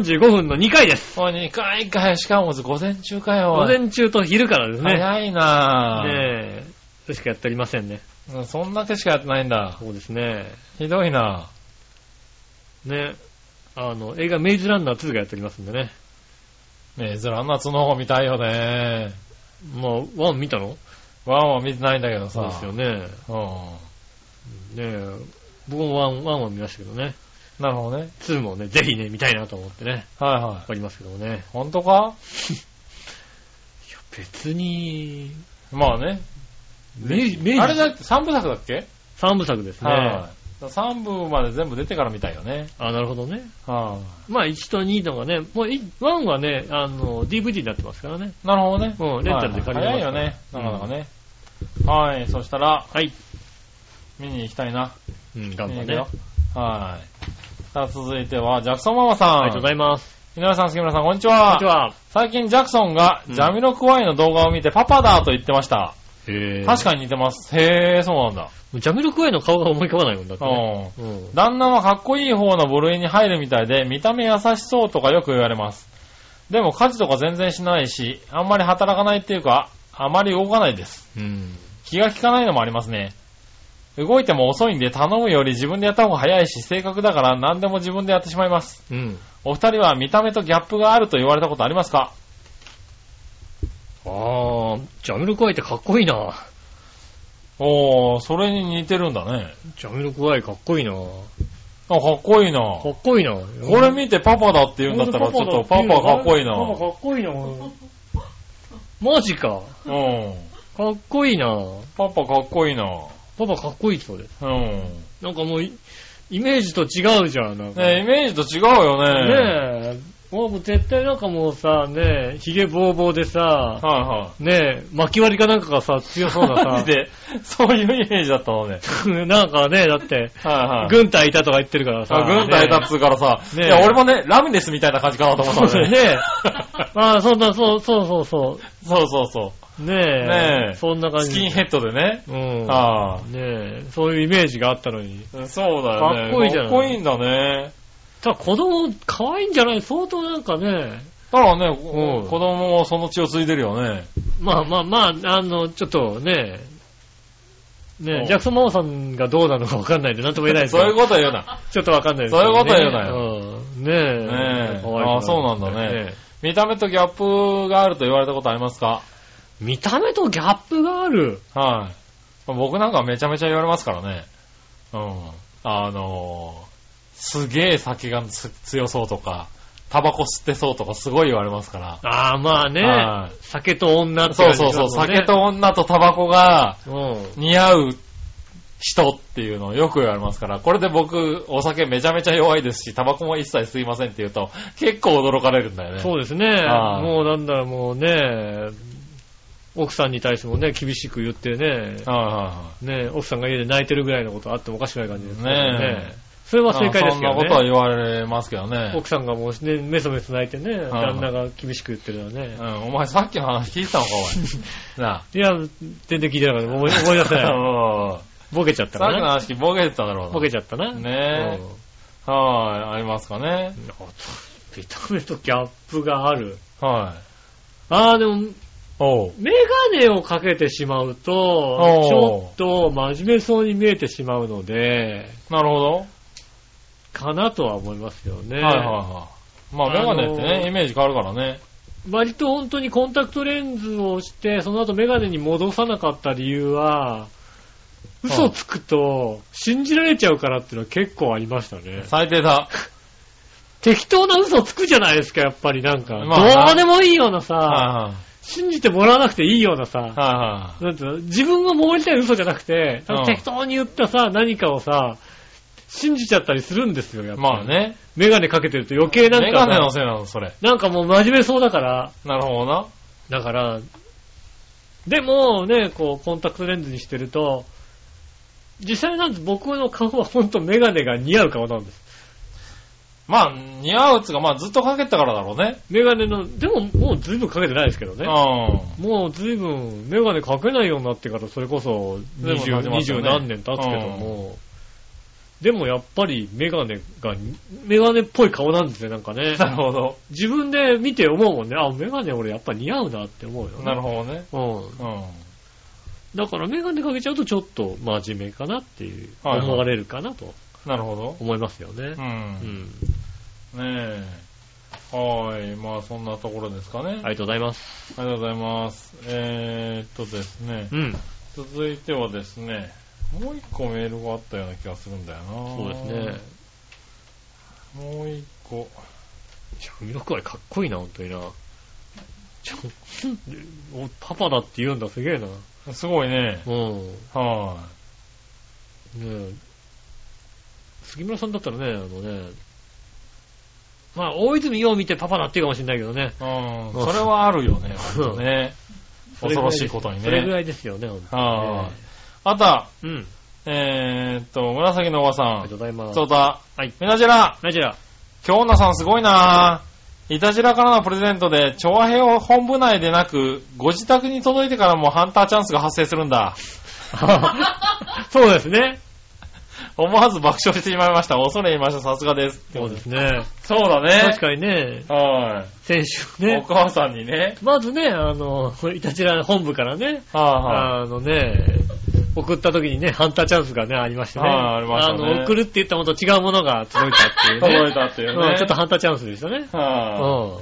Speaker 3: 時35分の2回です。
Speaker 2: おい、2回かよ。しかも午前中かよ。
Speaker 3: 午前中と昼からですね。
Speaker 2: 早いなぁ、
Speaker 3: ねえ、それしかやっておりませんね。
Speaker 2: うんそんだけしかやってないんだ。
Speaker 3: そうですね。
Speaker 2: ひどいな
Speaker 3: ねあの、映画メイズランナー2がやっておりますんでね。
Speaker 2: ぁねえ、ずら夏の方見たいよね。
Speaker 3: まあ、ワン見たの
Speaker 2: ワンは見てないんだけど
Speaker 3: そう
Speaker 2: さ。
Speaker 3: ですよね。
Speaker 2: うん。
Speaker 3: ねえ、僕もワン、ワンは見ましたけどね。
Speaker 2: なるほどね。
Speaker 3: ツーもね、ぜひね、見たいなと思ってね、
Speaker 2: はいは
Speaker 3: ありますけどもね。
Speaker 2: い。本当か
Speaker 3: いや、別に、
Speaker 2: まあね。
Speaker 3: 明治、明治
Speaker 2: あれだって3部作だっけ
Speaker 3: 三部作ですね。
Speaker 2: はい。3部まで全部出てから見たいよね。
Speaker 3: あ、なるほどね。
Speaker 2: は
Speaker 3: まあ、1と2とかね、もうい、1はね、あの、DVD になってますからね。
Speaker 2: い。なるほどね。
Speaker 3: うんレンタルで借りれ
Speaker 2: は
Speaker 3: ま
Speaker 2: い早い
Speaker 3: すか
Speaker 2: よ
Speaker 3: ら
Speaker 2: ね。なかなかね。はい。そしたら、
Speaker 3: はい。
Speaker 2: 見に行きたいな。
Speaker 3: うん、頑張っ
Speaker 2: 見
Speaker 3: て。
Speaker 2: に行
Speaker 3: あ
Speaker 2: くよはい。さあ、続いては、ジャクソンママさん。
Speaker 3: りがとうございます。
Speaker 2: 井上さん、杉村さん、こんにち
Speaker 3: こん
Speaker 2: は。
Speaker 3: にちは。
Speaker 2: 最近、ジャクソンが、
Speaker 3: うん
Speaker 2: ジャミロクワイの動画を見て、パパだと言ってました。
Speaker 3: へ
Speaker 2: 確
Speaker 3: 確か
Speaker 2: かに似てます。へー、そうなんだ。
Speaker 3: に、ジャミロクワイの顔が思い浮かばないもんだって、ね。
Speaker 2: うん。
Speaker 3: うん。
Speaker 2: 旦那はかっこいい方の部類に入るみたいで、見た目優しそうとかよく言われます。でも家事とか全然しないし、あんまり働かないっていうか、あまり動かないです。
Speaker 3: うん。
Speaker 2: 気が利かないのもありますね。動いても遅いんで頼むより自分でやった方が早いし、正確だから何でも自分でやってしまいます。
Speaker 3: うん。
Speaker 2: お二人は見た目とギャップがあると言われたことありますか
Speaker 3: あー、ジャミロクワイってかっこいいな。
Speaker 2: おー、それに似てるんだね。
Speaker 3: ジャミロクワイかっこいいな。か
Speaker 2: あ、かっこいいな。こ
Speaker 3: っこいいな。こ
Speaker 2: れ見てパパだって言うんだったら、ちょっとパパかっこいいな。
Speaker 3: パパかっこいいな。マジか。
Speaker 2: うん。
Speaker 3: かっこいいな。
Speaker 2: パパかっこいいな。
Speaker 3: パパかっこいいそうです。
Speaker 2: うん。
Speaker 3: なんかもうい、イメージと違うじゃん。なんか
Speaker 2: ねイメージと違うよね。
Speaker 3: ねえ。もう絶対なんかもうさ、ねえ、髭ぼうぼうでさ、
Speaker 2: は
Speaker 3: ねえ、巻き割りかなんかがさ、強そう
Speaker 2: いはい。 マ
Speaker 3: な
Speaker 2: ジで、そういうイメージだったのね。
Speaker 3: さ、 なんかね、だって、
Speaker 2: はいはい。
Speaker 3: 軍隊いたとか言ってるからさ。
Speaker 2: あ軍隊だっ
Speaker 3: ね
Speaker 2: つうからさ、
Speaker 3: ねえ
Speaker 2: いや、俺もね、ラミレスみたいな感じかなと思
Speaker 3: え
Speaker 2: っ
Speaker 3: そう
Speaker 2: たの
Speaker 3: だ
Speaker 2: ね。
Speaker 3: ね。ああ、そんな、そう、そうそうそ。
Speaker 2: そうそうそう
Speaker 3: ねえ。
Speaker 2: ねえ
Speaker 3: そんな
Speaker 2: う。
Speaker 3: 感
Speaker 2: ス
Speaker 3: じ。
Speaker 2: キンヘッドでね。
Speaker 3: うん。
Speaker 2: あ
Speaker 3: ねえ、そういうイメージがあったのに。
Speaker 2: あ。そうだよね。
Speaker 3: かっこいいじゃない
Speaker 2: かっこいいんだね。
Speaker 3: ただ子供、可愛いんじゃない相当なんかね、
Speaker 2: だからね、
Speaker 3: うん
Speaker 2: 子供もその血を継いでるよね。
Speaker 3: まあまあまあ、あの、ちょっとね、
Speaker 2: う
Speaker 3: ね
Speaker 2: ん
Speaker 3: ジャクソンママさんがどうなのかわかんないんで、なんとも言えないです
Speaker 2: そういう
Speaker 3: よ。
Speaker 2: こと言うな。
Speaker 3: ちょっとわかんないですけど、
Speaker 2: そういうこと言うな
Speaker 3: よ。うんねえ。
Speaker 2: ねえ
Speaker 3: 可愛くる
Speaker 2: あそうなんだね見た目とギャップがあると言われたことありますか
Speaker 3: 見た目とギャップがある。
Speaker 2: はい。僕なんかめちゃめちゃ言われますからね。うん。あのーすげえ酒がつ強そうとか、タバコ吸ってそうとかすごい言われますから。
Speaker 3: ああ、まあ
Speaker 2: は
Speaker 3: ね。酒と女って
Speaker 2: そ
Speaker 3: 感
Speaker 2: う
Speaker 3: じだ
Speaker 2: そう
Speaker 3: もんね
Speaker 2: そう、酒と。女とタバコが
Speaker 3: うん。
Speaker 2: 似合う人っていうのをよく言われますから、これで僕、お酒めちゃめちゃ弱いですし、タバコも一切吸いませんって言うと、結構驚かれるんだよね。
Speaker 3: そうですね。
Speaker 2: はい
Speaker 3: もうなんだろう、もうね、奥さんに対してもね、厳しく言ってね、
Speaker 2: はいはいは
Speaker 3: ね、奥さんが家で泣いてるぐらいのことあってもおかしくない感じですから
Speaker 2: ねえ
Speaker 3: それ
Speaker 2: い。
Speaker 3: は正解ですけ
Speaker 2: まあ
Speaker 3: ど
Speaker 2: そんなことは
Speaker 3: ね。
Speaker 2: 言われますけどね。
Speaker 3: 奥さんがもうね、メソメソ泣いてね、
Speaker 2: はい
Speaker 3: 旦那が厳しく言ってるのはね
Speaker 2: う。ん、お前さっきの話聞いてたのか、おい。 なあ。
Speaker 3: いや、全然聞いてなかった。思い思い出せない。
Speaker 2: うん
Speaker 3: ボケちゃった
Speaker 2: さっ
Speaker 3: か
Speaker 2: きの
Speaker 3: な。
Speaker 2: 話ボケてただろうな。
Speaker 3: ボケちゃったな。
Speaker 2: ね
Speaker 3: う
Speaker 2: え。はい、ありますかね。
Speaker 3: ん見た目とギャップがある。
Speaker 2: はい。
Speaker 3: ああ、でも、
Speaker 2: おう。
Speaker 3: メガネをかけてしまうと、ちょっと真面目そうに見えてしまうので、
Speaker 2: なるほど。
Speaker 3: かなとは思いますよ
Speaker 2: はい
Speaker 3: ね。
Speaker 2: はいはい。まあ、メガネって
Speaker 3: あの
Speaker 2: ね、
Speaker 3: ー
Speaker 2: イメージ変わるからね。
Speaker 3: 割と本当にコンタクトレンズをして、その後メガネに戻さなかった理由は、嘘をつくと信じられちゃうからっていうのは結構ありましたね。
Speaker 2: 最低だ。
Speaker 3: 適当な嘘をつくじゃないですか、やっぱりなんか。
Speaker 2: まあ
Speaker 3: どうでもいいようなさ、
Speaker 2: は
Speaker 3: 信じてもらわなくていいようなさ
Speaker 2: いはい。、は
Speaker 3: なんていうの自分が守りたい嘘じゃなくて、
Speaker 2: うん
Speaker 3: 適当に言ったさ、何かをさ、信じちゃったりするんですよ、や
Speaker 2: い
Speaker 3: っ
Speaker 2: はい。ま
Speaker 3: ぱ。
Speaker 2: あ。ね。
Speaker 3: メガネかけてると余計なん
Speaker 2: メガ
Speaker 3: か
Speaker 2: ネの
Speaker 3: さ、
Speaker 2: せいなの、それ。
Speaker 3: なんかもう真面目そうだから、
Speaker 2: なるほどな。
Speaker 3: だから、でもね、こう、コンタクトレンズにしてると、実際なんて僕の顔はほんとメガネが似合う顔なんです。
Speaker 2: まあ、似合うっつうか、まあ、ずっとかけてたからだろうね。
Speaker 3: メガネの、でももう随分かけてないですけどね。
Speaker 2: う
Speaker 3: もう随分メガネかけないようになってからそれこそ
Speaker 2: 随分経ち
Speaker 3: 二
Speaker 2: ます
Speaker 3: 十、
Speaker 2: よね
Speaker 3: 何年経つけども、でもやっぱりメガネが、メガネっぽい顔なんですね、なんかね
Speaker 2: ん。。なるほど。
Speaker 3: 自分で見て思うもんね。あ、メガネ俺やっぱ似合うなって思うよ、ね。
Speaker 2: なるほどね。
Speaker 3: ほど。うん。
Speaker 2: うん。
Speaker 3: だからメガネかけちゃうとちょっと真面目かなっていう、
Speaker 2: はいはい
Speaker 3: 思われるかなと
Speaker 2: なるほど。
Speaker 3: 思いますよね
Speaker 2: う。。
Speaker 3: うんん。
Speaker 2: ねえ。はい。まあ、そんなところですかね。
Speaker 3: ありがとうございます。
Speaker 2: ありがとうございます。えー、っとですね
Speaker 3: う。ん。
Speaker 2: 続いてはですね、もう一個メールがあったような気がするんだよな。
Speaker 3: そうですね。
Speaker 2: もう一個。
Speaker 3: いや、海かっこいいな、本当にな。ちょ、おパパだって言うんだ、すげえな。
Speaker 2: すごいね。
Speaker 3: うん。
Speaker 2: は
Speaker 3: ねえ杉村さんだったらね、あのね、まあ、大泉洋見てパパなってるかもしれないけどね。
Speaker 2: い、うん。それはあるよ ね、ほんとね。恐ろしいことに
Speaker 3: それぐ
Speaker 2: ね。
Speaker 3: らいですよね、ほんと
Speaker 2: はい、あとは、
Speaker 3: うん。あり
Speaker 2: えーっと、紫のおばさ
Speaker 3: が
Speaker 2: ん
Speaker 3: と。うございます。
Speaker 2: そうだ。
Speaker 3: はい。
Speaker 2: メナジェラ、
Speaker 3: ナイジ ェラ。
Speaker 2: 京女さんすごいなぁ。イタジェラからのプレゼントで、調和平を本部内でなく、ご自宅に届いてからもハンターチャンスが発生するんだ。
Speaker 3: そうですね。
Speaker 2: 思わず爆笑してしまいました。恐れ入りました。さすがです。
Speaker 3: そうですね。
Speaker 2: そうだね
Speaker 3: 確。かにね、
Speaker 2: は
Speaker 3: 先週
Speaker 2: い、お
Speaker 3: ね。
Speaker 2: 母さんにね。
Speaker 3: まずね、あの、いたちら本部からね、
Speaker 2: は
Speaker 3: あのね、送った時にね、ハンターチャンスがね、ありましてね。
Speaker 2: はいありましたね
Speaker 3: の、送るって言ったものと違うものが届いたってい
Speaker 2: い、
Speaker 3: うね。
Speaker 2: 届いたっていうね。
Speaker 3: うんちょっとハンターチャンスでしたね。うん。
Speaker 2: は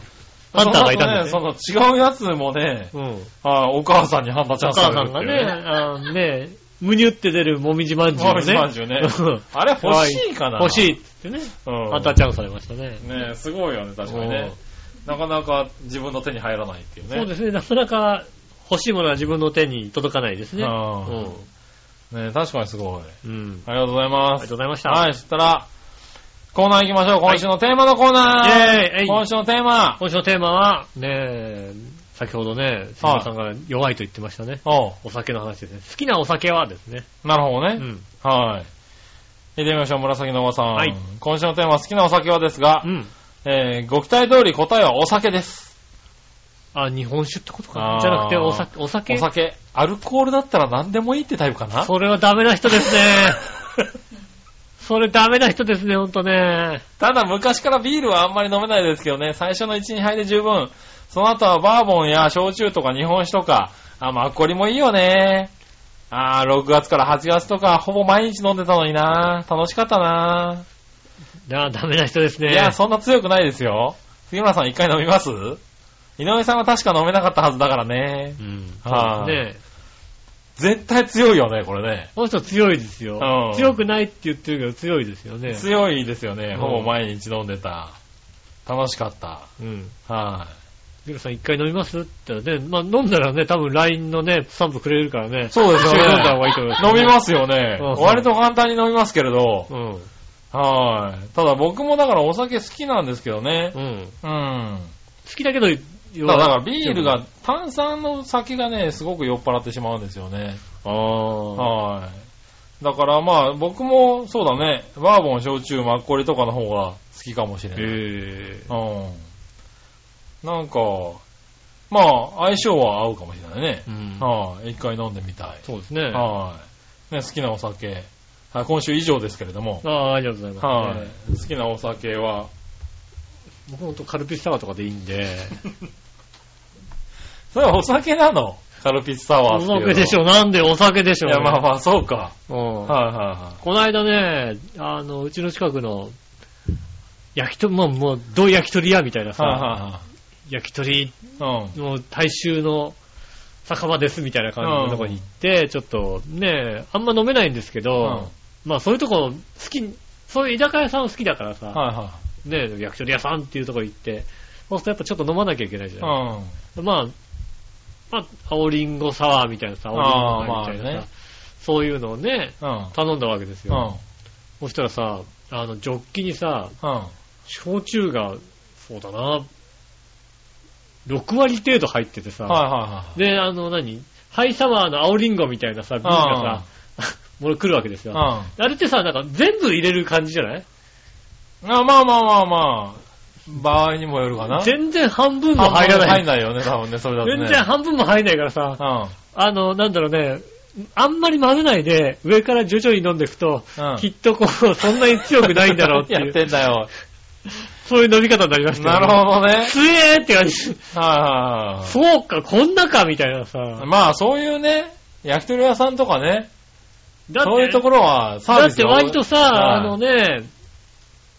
Speaker 2: い、
Speaker 3: ハン
Speaker 2: その後
Speaker 3: ターがいたんです
Speaker 2: ね。その違うやつもね、
Speaker 3: うん。お
Speaker 2: はいお母さんにハンターチャンス
Speaker 3: 母
Speaker 2: さ
Speaker 3: さ
Speaker 2: れる
Speaker 3: ん
Speaker 2: ってい
Speaker 3: がね、
Speaker 2: うね。
Speaker 3: あのね、むにゅって出るもみじまんじゅうね。
Speaker 2: もみじ饅頭ね
Speaker 3: うん
Speaker 2: あれ欲しいかな
Speaker 3: 欲しいって言ってね、
Speaker 2: うん
Speaker 3: ハンターチャンスされましたね。
Speaker 2: ねえすごいよね、確かにね。なかなか自分の手に入らないっていうね。
Speaker 3: そうですね、なかなか欲しいものは自分の手に届かないですね。
Speaker 2: あー
Speaker 3: う
Speaker 2: ねえ確かにすごい。
Speaker 3: ん。うん。
Speaker 2: ありがとうございま
Speaker 3: ありが
Speaker 2: す
Speaker 3: とう。ございました。
Speaker 2: はい、そしたら、コーナー行きましょう。今週のテーマのコーナー、
Speaker 3: イェーイえい
Speaker 2: 今週のテーマ
Speaker 3: 今週のテーマは、ねえ、先ほどね、杉村さんが弱いと言ってましたね。
Speaker 2: おう
Speaker 3: お酒の話ですね。好きなお酒はですね。
Speaker 2: なるほど
Speaker 3: う
Speaker 2: ね。は
Speaker 3: ん。
Speaker 2: い。行ってみましょう、紫のおばさん。
Speaker 3: はい
Speaker 2: 今週のテーマ、好きなお酒はですが
Speaker 3: う、ん。
Speaker 2: えーご期待通り答えはお酒です。
Speaker 3: あ、日本酒ってことか
Speaker 2: あ
Speaker 3: な
Speaker 2: ー
Speaker 3: じゃなくてお酒、お酒
Speaker 2: お酒。アルコールだったら何でもいいってタイプかな
Speaker 3: それはダメな人です ね。それダメな人ですね、ほんとね。
Speaker 2: ただ昔からビールはあんまり飲めないですけどね、最初の1、2杯で十分。その後はバーボンや焼酎とか日本酒とか、あ、マッコリもいいよね。あー、6月から8月とか、ほぼ毎日飲んでたのにな。楽しかったな。
Speaker 3: あダメな人ですね。
Speaker 2: いや、そんな強くないですよ。杉村さん一回飲みます井上さんは確か飲めなかったはずだからね
Speaker 3: う。ん。
Speaker 2: は
Speaker 3: そ
Speaker 2: いう
Speaker 3: ですね。
Speaker 2: 絶対強いよね、これね。
Speaker 3: この人強いですよ
Speaker 2: うん。
Speaker 3: 強くないって言ってるけど強いですよね。
Speaker 2: 強いですよね。
Speaker 3: うん
Speaker 2: ほぼ毎日飲んでた。楽しかった。
Speaker 3: うん。
Speaker 2: は
Speaker 3: ジルさん一回飲みますって言ったらね、まあ飲んだらね、多分 LINE のね、スタンプくれるからね。
Speaker 2: い。そうですよ ね
Speaker 3: 一緒に飲んだ方がいいと思います、
Speaker 2: 飲みますよね。
Speaker 3: うん
Speaker 2: 割と簡単に飲みますけれど。
Speaker 3: うん。
Speaker 2: はい。ただ僕もだからお酒好きなんですけどね。
Speaker 3: うん。
Speaker 2: うん。
Speaker 3: 好きだけど、
Speaker 2: ただだからビールが、炭酸の酒がね、すごく酔っ払ってしまうんですよね。
Speaker 3: ああ。
Speaker 2: はい。だからまあ僕もそうだね、バーボン、焼酎、マッコリとかの方が好きかもしれ
Speaker 3: へ
Speaker 2: ない。
Speaker 3: え。
Speaker 2: うん。なんか、まあ相性は合うかもしれないね。
Speaker 3: うん
Speaker 2: はい。一回飲んでみたい。
Speaker 3: そうですね。あ
Speaker 2: はい。ね、好きなお酒。はい、今週以上ですけれども。
Speaker 3: あ、ありがとうございます。
Speaker 2: はい。好きなお酒は、
Speaker 3: 僕ほんとカルピスサワーとかでいいんで。
Speaker 2: それはお酒なのカルピスサワー
Speaker 3: お
Speaker 2: っていうのは
Speaker 3: 酒でしょ、なんでお酒でしょ。
Speaker 2: いや、まあまあ、そうか。
Speaker 3: うん
Speaker 2: はいは
Speaker 3: この間ね、あの、うちの近くの、焼き鳥、もう、もう、どう焼き鳥屋みたいない
Speaker 2: はい。はい
Speaker 3: さ、焼き鳥
Speaker 2: はいはい。うん。
Speaker 3: の大衆の酒場ですみたいな感じのとこに行って、ちょっとね、あんま飲めないんですけど、まあそういうとこ好き、そういう居酒屋さん好きだからさ、
Speaker 2: はいは
Speaker 3: ね、焼き鳥屋さんっていうとこ行って、そうするとやっぱちょっと飲まなきゃいけないじゃ
Speaker 2: い。
Speaker 3: ない、
Speaker 2: うん。
Speaker 3: まあ、まあ、青リンゴサワーみたいなさ、青リンゴサワーみたい
Speaker 2: あーまあ
Speaker 3: な
Speaker 2: ね
Speaker 3: さ、そういうのをね、
Speaker 2: うん。
Speaker 3: 頼んだわけです
Speaker 2: う
Speaker 3: よ。
Speaker 2: ん。
Speaker 3: そしたらさ、あの、ジョッキにさ、
Speaker 2: うん。
Speaker 3: 焼酎が、そうだな、6割程度入っててさ、
Speaker 2: はいは
Speaker 3: で、あの何、ハイサワーの青リンゴみたいなさ、瓶がさ、もの来るわけです
Speaker 2: い
Speaker 3: よ。あ
Speaker 2: はい。
Speaker 3: れってさ、なんか全部入れる感じじゃない
Speaker 2: うん。あまあまあまあまあ、場合にもよるかな。
Speaker 3: 全然半分も
Speaker 2: 半分
Speaker 3: 入らない。
Speaker 2: 入んないよね、多分ね、それだとね。
Speaker 3: 全然半分も入んないからさ、あの、なんだろうね、あんまり混ぜないで、上から徐々に飲んでいくと、
Speaker 2: うん
Speaker 3: きっとこう、そんなに強くないんだろうってい
Speaker 2: 何 やっ
Speaker 3: う、
Speaker 2: てんだよ。
Speaker 3: そういう飲み方になりまし
Speaker 2: な
Speaker 3: た
Speaker 2: るほどね。
Speaker 3: 強えーって感じ。
Speaker 2: はいはいはい。
Speaker 3: そうか、こんなか、みたいなさ。
Speaker 2: まあ、そういうね、焼き鳥屋さんとかね、
Speaker 3: だって
Speaker 2: そういうところはサー
Speaker 3: だ
Speaker 2: ビ
Speaker 3: っ
Speaker 2: ス
Speaker 3: て
Speaker 2: が
Speaker 3: 割とさ、
Speaker 2: はい
Speaker 3: あのね、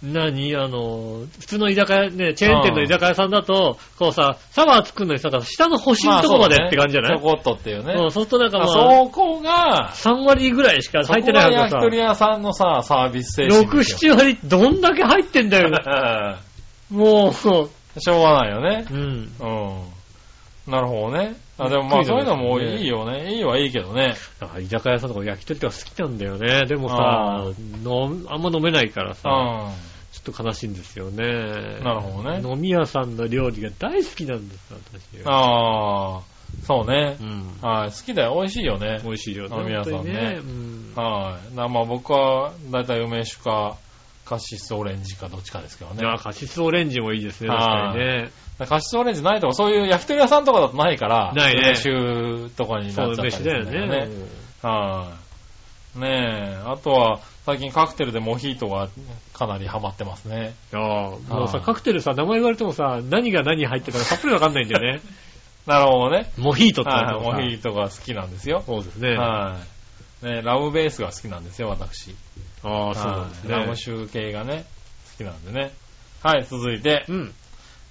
Speaker 3: 何あの、普通の居酒屋、ね、チェーン店の居酒屋さんだと、こうさ、シャワー作るのにさ、下の星のとこまでって感じじゃな
Speaker 2: ち
Speaker 3: い
Speaker 2: ょこっとっていうね。
Speaker 3: うん、そうするとなんかま
Speaker 2: あ
Speaker 3: あ、
Speaker 2: そこが、
Speaker 3: 3割ぐらいしか
Speaker 2: そ
Speaker 3: 入っ
Speaker 2: こ
Speaker 3: てな
Speaker 2: が
Speaker 3: いは
Speaker 2: 焼
Speaker 3: ず
Speaker 2: き
Speaker 3: ださ
Speaker 2: 鳥屋さんのさ、サービス精神
Speaker 3: 6、
Speaker 2: ですよ。
Speaker 3: 7割どんだけ入って んだよ。もう、
Speaker 2: しょうがないよね
Speaker 3: う。
Speaker 2: う
Speaker 3: ん。
Speaker 2: ん。なるほどね。あ、でもまあそういうのもいいよね。いいはいいけどね。
Speaker 3: だから居酒屋さんとか焼き鳥とか好きなんだよね。でも
Speaker 2: あ
Speaker 3: さ、飲あんま飲めないから
Speaker 2: う
Speaker 3: さ、
Speaker 2: ん。
Speaker 3: ちょっと悲しいんですよね。
Speaker 2: なるほどね
Speaker 3: 飲み屋さんの料理が大好きなんですよ、私。
Speaker 2: ああ、そうね
Speaker 3: う。ん。
Speaker 2: はい、好きだよ。美味しいよね。
Speaker 3: 美味しいよね。
Speaker 2: 飲み屋さんね
Speaker 3: 本当にうん
Speaker 2: はい。なまあ僕は、だいたい梅酒か、カシスオレンジかどっちかですけどね
Speaker 3: い。や、カシスオレンジもいいですね、確かにね。
Speaker 2: カシスオレンジないとか、そういう焼き鳥屋さんとかだとないから、
Speaker 3: ないね
Speaker 2: 梅酒とかに
Speaker 3: そ
Speaker 2: なっ
Speaker 3: う、
Speaker 2: ちゃったりす
Speaker 3: 飯だ
Speaker 2: る
Speaker 3: よ
Speaker 2: んだよ
Speaker 3: ね
Speaker 2: ね。。はい。ねえ、あとは、最近カクテルでモヒートがかなりハマってますね。
Speaker 3: ああ、もう
Speaker 2: は
Speaker 3: さ、
Speaker 2: い
Speaker 3: カクテルさ、名前言われてもさ、何が何入ってたかさっぱりわかんないんだよね。
Speaker 2: なるほどね。
Speaker 3: モヒートって
Speaker 2: はい、
Speaker 3: あ
Speaker 2: モヒートが好きなんですよ。
Speaker 3: そうですね。あ
Speaker 2: はい。ねラムベースが好きなんですよ、私。
Speaker 3: あ、そうなんですね。
Speaker 2: はいラム酒系がね、好きなんでね。はい、続いて、
Speaker 3: うん。